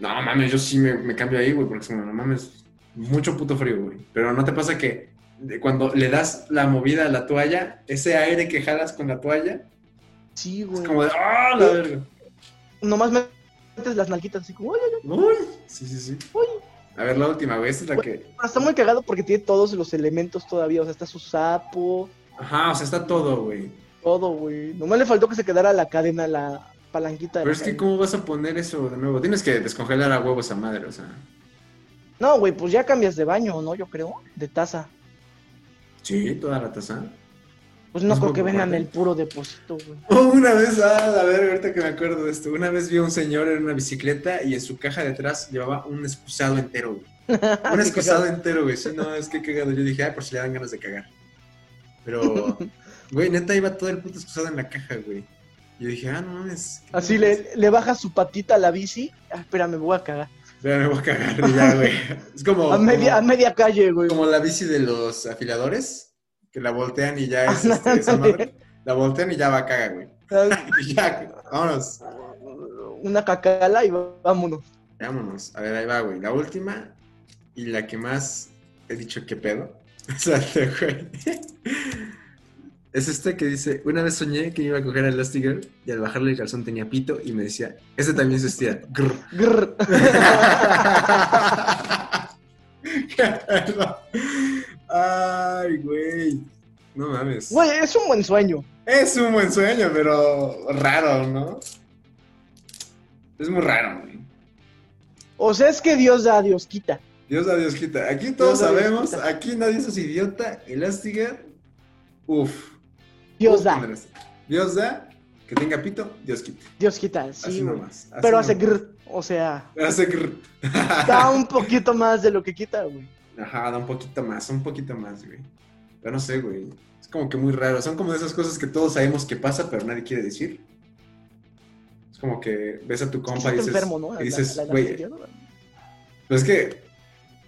Speaker 1: No mames, yo sí me, me cambio ahí, güey, porque es como, no mames, mucho puto frío, güey. Pero no te pasa que de- cuando le das la movida a la toalla, ese aire que jalas con la toalla,
Speaker 2: Sí,
Speaker 1: es
Speaker 2: güey.
Speaker 1: como de, ¡ah, la verga!
Speaker 2: Nomás metes las nalguitas así como, "Ay, ay,
Speaker 1: Uy, sí, sí, sí. A ver, la última, güey, esta es la que.
Speaker 2: ay". Está muy cagado porque tiene todos los elementos todavía. O sea, está su sapo,
Speaker 1: Ajá, o sea, está todo, güey.
Speaker 2: todo, güey. Nomás le faltó que se quedara la cadena, la palanquita. de
Speaker 1: Pero
Speaker 2: la
Speaker 1: es que,
Speaker 2: cadena.
Speaker 1: ¿cómo vas a poner eso de nuevo? Tienes que descongelar a huevos a madre, o sea.
Speaker 2: No, güey, pues ya cambias de baño, ¿no? Yo creo, de taza.
Speaker 1: Sí, toda la taza.
Speaker 2: Pues no
Speaker 1: Es
Speaker 2: creo
Speaker 1: muy
Speaker 2: que vendan
Speaker 1: importante.
Speaker 2: el puro depósito, güey.
Speaker 1: Oh, Una vez, ah, a ver, ahorita que me acuerdo de esto, una vez vi a un señor en una bicicleta y en su caja de atrás llevaba un excusado entero,
Speaker 2: <laughs>
Speaker 1: güey. Un excusado entero, güey. Sí, no, es que cagado. Yo dije, ay, por si le dan ganas de cagar.
Speaker 2: <laughs>
Speaker 1: Pero, güey, neta iba todo el puto excusado en la caja, güey. Yo dije, ah, no mames. ¿qué
Speaker 2: Así
Speaker 1: mames?
Speaker 2: le, le baja su patita a la bici. Ah, espera, me voy a cagar.
Speaker 1: Pero me voy a cagar ya, güey. Es como,
Speaker 2: A media, a media calle, güey.
Speaker 1: Oh, como la bici de los afiladores, que la voltean y
Speaker 2: <laughs>
Speaker 1: ya es
Speaker 2: Ah,
Speaker 1: este, esa
Speaker 2: ándale.
Speaker 1: madre. La voltean y ya va a cagar, güey. <laughs>
Speaker 2: Ah,
Speaker 1: Y ya, güey, vámonos.
Speaker 2: Una cacala y vámonos.
Speaker 1: Vámonos. A ver, ahí va, güey. La última y la que más he dicho que pedo. <laughs> O sea, te- güey. Es esta que dice, una vez soñé que iba a coger a Elastigirl y al bajarle el calzón tenía pito y me decía, este también se estira. Grr.
Speaker 2: Grr.
Speaker 1: <laughs> Qué pedo. Ay, güey. No mames.
Speaker 2: Güey, es un buen sueño.
Speaker 1: Es un buen sueño, pero raro, ¿no? Es muy raro, güey.
Speaker 2: O sea, es que Dios da, Dios quita.
Speaker 1: Dios a Dios quita. Aquí todos
Speaker 2: Dios a Dios
Speaker 1: sabemos,
Speaker 2: quita.
Speaker 1: aquí nadie es idiota. Elastigirl, uff. Uh,
Speaker 2: Dios da,
Speaker 1: Dios da, que tenga pito, Dios quita.
Speaker 2: Dios quita. Sí,
Speaker 1: así
Speaker 2: güey.
Speaker 1: nomás. así
Speaker 2: Pero hace
Speaker 1: nomás.
Speaker 2: grr. O sea,
Speaker 1: Hace grr.
Speaker 2: da un poquito más de lo que quita, güey.
Speaker 1: Ajá, da un poquito más, un poquito más, güey. Pero no sé, güey. Es como que muy raro. Son como de esas cosas que todos sabemos que pasa, pero nadie quiere decir. Es como que ves a tu
Speaker 2: Es que
Speaker 1: compa y
Speaker 2: está
Speaker 1: dices,
Speaker 2: enfermo, ¿no?
Speaker 1: y dices,
Speaker 2: La- la- la-
Speaker 1: güey,
Speaker 2: la-
Speaker 1: Pues es que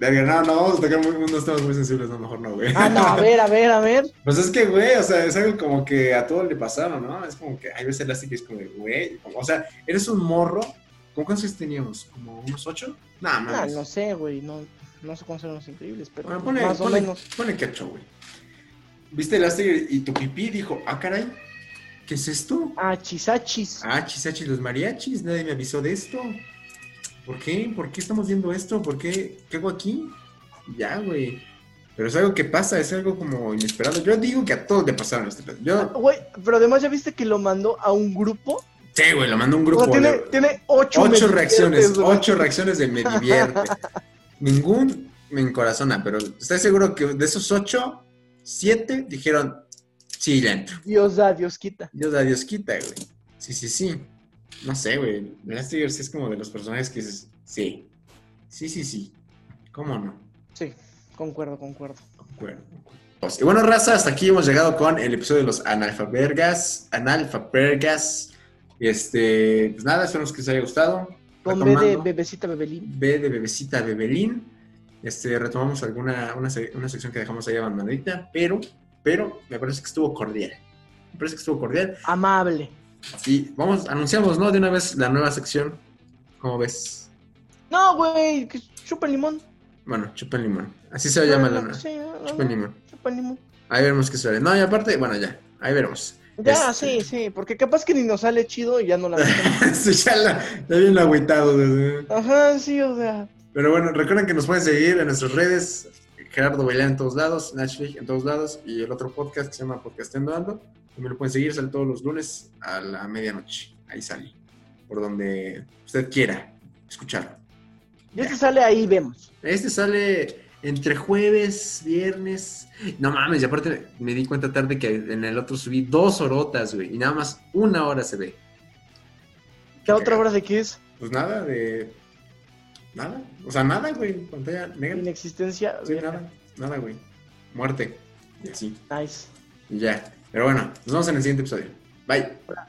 Speaker 1: Verga, no, no, vamos a tocar muy- unos temas muy sensibles, no, mejor no, güey. <laughs>
Speaker 2: Ah, no, a ver, a ver, a ver.
Speaker 1: Pues es que, güey, o sea, es algo como que a todos le pasaba, ¿no? Es como que hay veces elástica es como de, güey, como- o sea, eres un morro. ¿Con cuántos años teníamos? ¿Como unos ocho? Nah,
Speaker 2: Ah,
Speaker 1: mames.
Speaker 2: no sé, güey, no, no sé cómo son los increíbles, pero
Speaker 1: Bueno, ponle,
Speaker 2: más o
Speaker 1: ponle-
Speaker 2: menos.
Speaker 1: ponle que ocho, güey. Viste Elastigirl y tu pipí dijo, ah, caray, ¿qué es esto?
Speaker 2: Ah, chisachis.
Speaker 1: Ah, chisachi, los mariachis, nadie me avisó de esto. ¿Por qué? ¿Por qué estamos viendo esto? ¿Por qué? ¿Qué hago aquí? Ya, güey. Pero es algo que pasa, es algo como inesperado. Yo digo que a todos le pasaron este pedo. Yo,
Speaker 2: Güey, pero además ya viste que lo mandó a un grupo.
Speaker 1: sí, güey, lo mandó un grupo.
Speaker 2: O sea, tiene,
Speaker 1: de-
Speaker 2: tiene ocho,
Speaker 1: ocho
Speaker 2: me
Speaker 1: reacciones,
Speaker 2: diviertes, güey.
Speaker 1: ocho reacciones de me divierte.
Speaker 2: <laughs>
Speaker 1: Ningún me encorazona, pero estoy seguro que de esos ocho, siete dijeron, sí, le entro.
Speaker 2: Dios da, Dios quita.
Speaker 1: Dios da, Dios quita, güey. Sí, sí, sí. No sé, güey. Elastigirl sí es como de los personajes que dices, sí. Sí, sí, sí. ¿Cómo no?
Speaker 2: Sí, concuerdo, concuerdo.
Speaker 1: Bueno. pues, Y bueno, raza, hasta aquí hemos llegado con el episodio de los analfabergas, analfabergas. Este, pues nada, esperamos que les haya gustado.
Speaker 2: Con B de
Speaker 1: Retomando.
Speaker 2: bebecita bebelín.
Speaker 1: B de Bebecita Bebelín. Este, retomamos alguna una, se- una sección que dejamos ahí abandonadita, pero, pero me parece que estuvo cordial. Me parece que estuvo cordial.
Speaker 2: Amable.
Speaker 1: Y vamos, anunciamos, ¿no? De una vez la nueva sección. ¿Cómo ves?
Speaker 2: No, güey, que chupa el limón.
Speaker 1: Bueno, chupa el limón. Así se llama la
Speaker 2: Ah,
Speaker 1: nueva.
Speaker 2: sí, ah,
Speaker 1: Chupa el limón.
Speaker 2: chupa el limón.
Speaker 1: Ahí veremos qué sale. No, y aparte, bueno, ya. Ahí veremos.
Speaker 2: Ya,
Speaker 1: Este. <laughs>
Speaker 2: sí, sí, porque capaz que ni nos sale chido y ya no la metemos.
Speaker 1: Sí, ya, la, ya bien agüitado. desde-
Speaker 2: Ajá, sí, o sea.
Speaker 1: Pero bueno, recuerden que nos pueden seguir en nuestras redes, Gerardo Bailán en todos lados, Nachflix en todos lados y el otro podcast que se llama Podcastendo Ando. También lo pueden seguir, sale todos los lunes a la medianoche. Ahí sale, por donde usted quiera escucharlo.
Speaker 2: Ya se sale ahí, vemos.
Speaker 1: Este sale entre jueves, viernes. No mames, y aparte me di cuenta tarde que en el otro subí dos horotas, güey, y nada más una hora se ve.
Speaker 2: ¿Qué otra hora de qué es?
Speaker 1: Pues nada, de. Nada, o sea, nada, güey, pantalla negra.
Speaker 2: Inexistencia.
Speaker 1: Sí,
Speaker 2: verga.
Speaker 1: nada, nada, güey. Muerte. Y así.
Speaker 2: Nice.
Speaker 1: Y ya. Pero bueno, nos vemos en el siguiente episodio. Bye.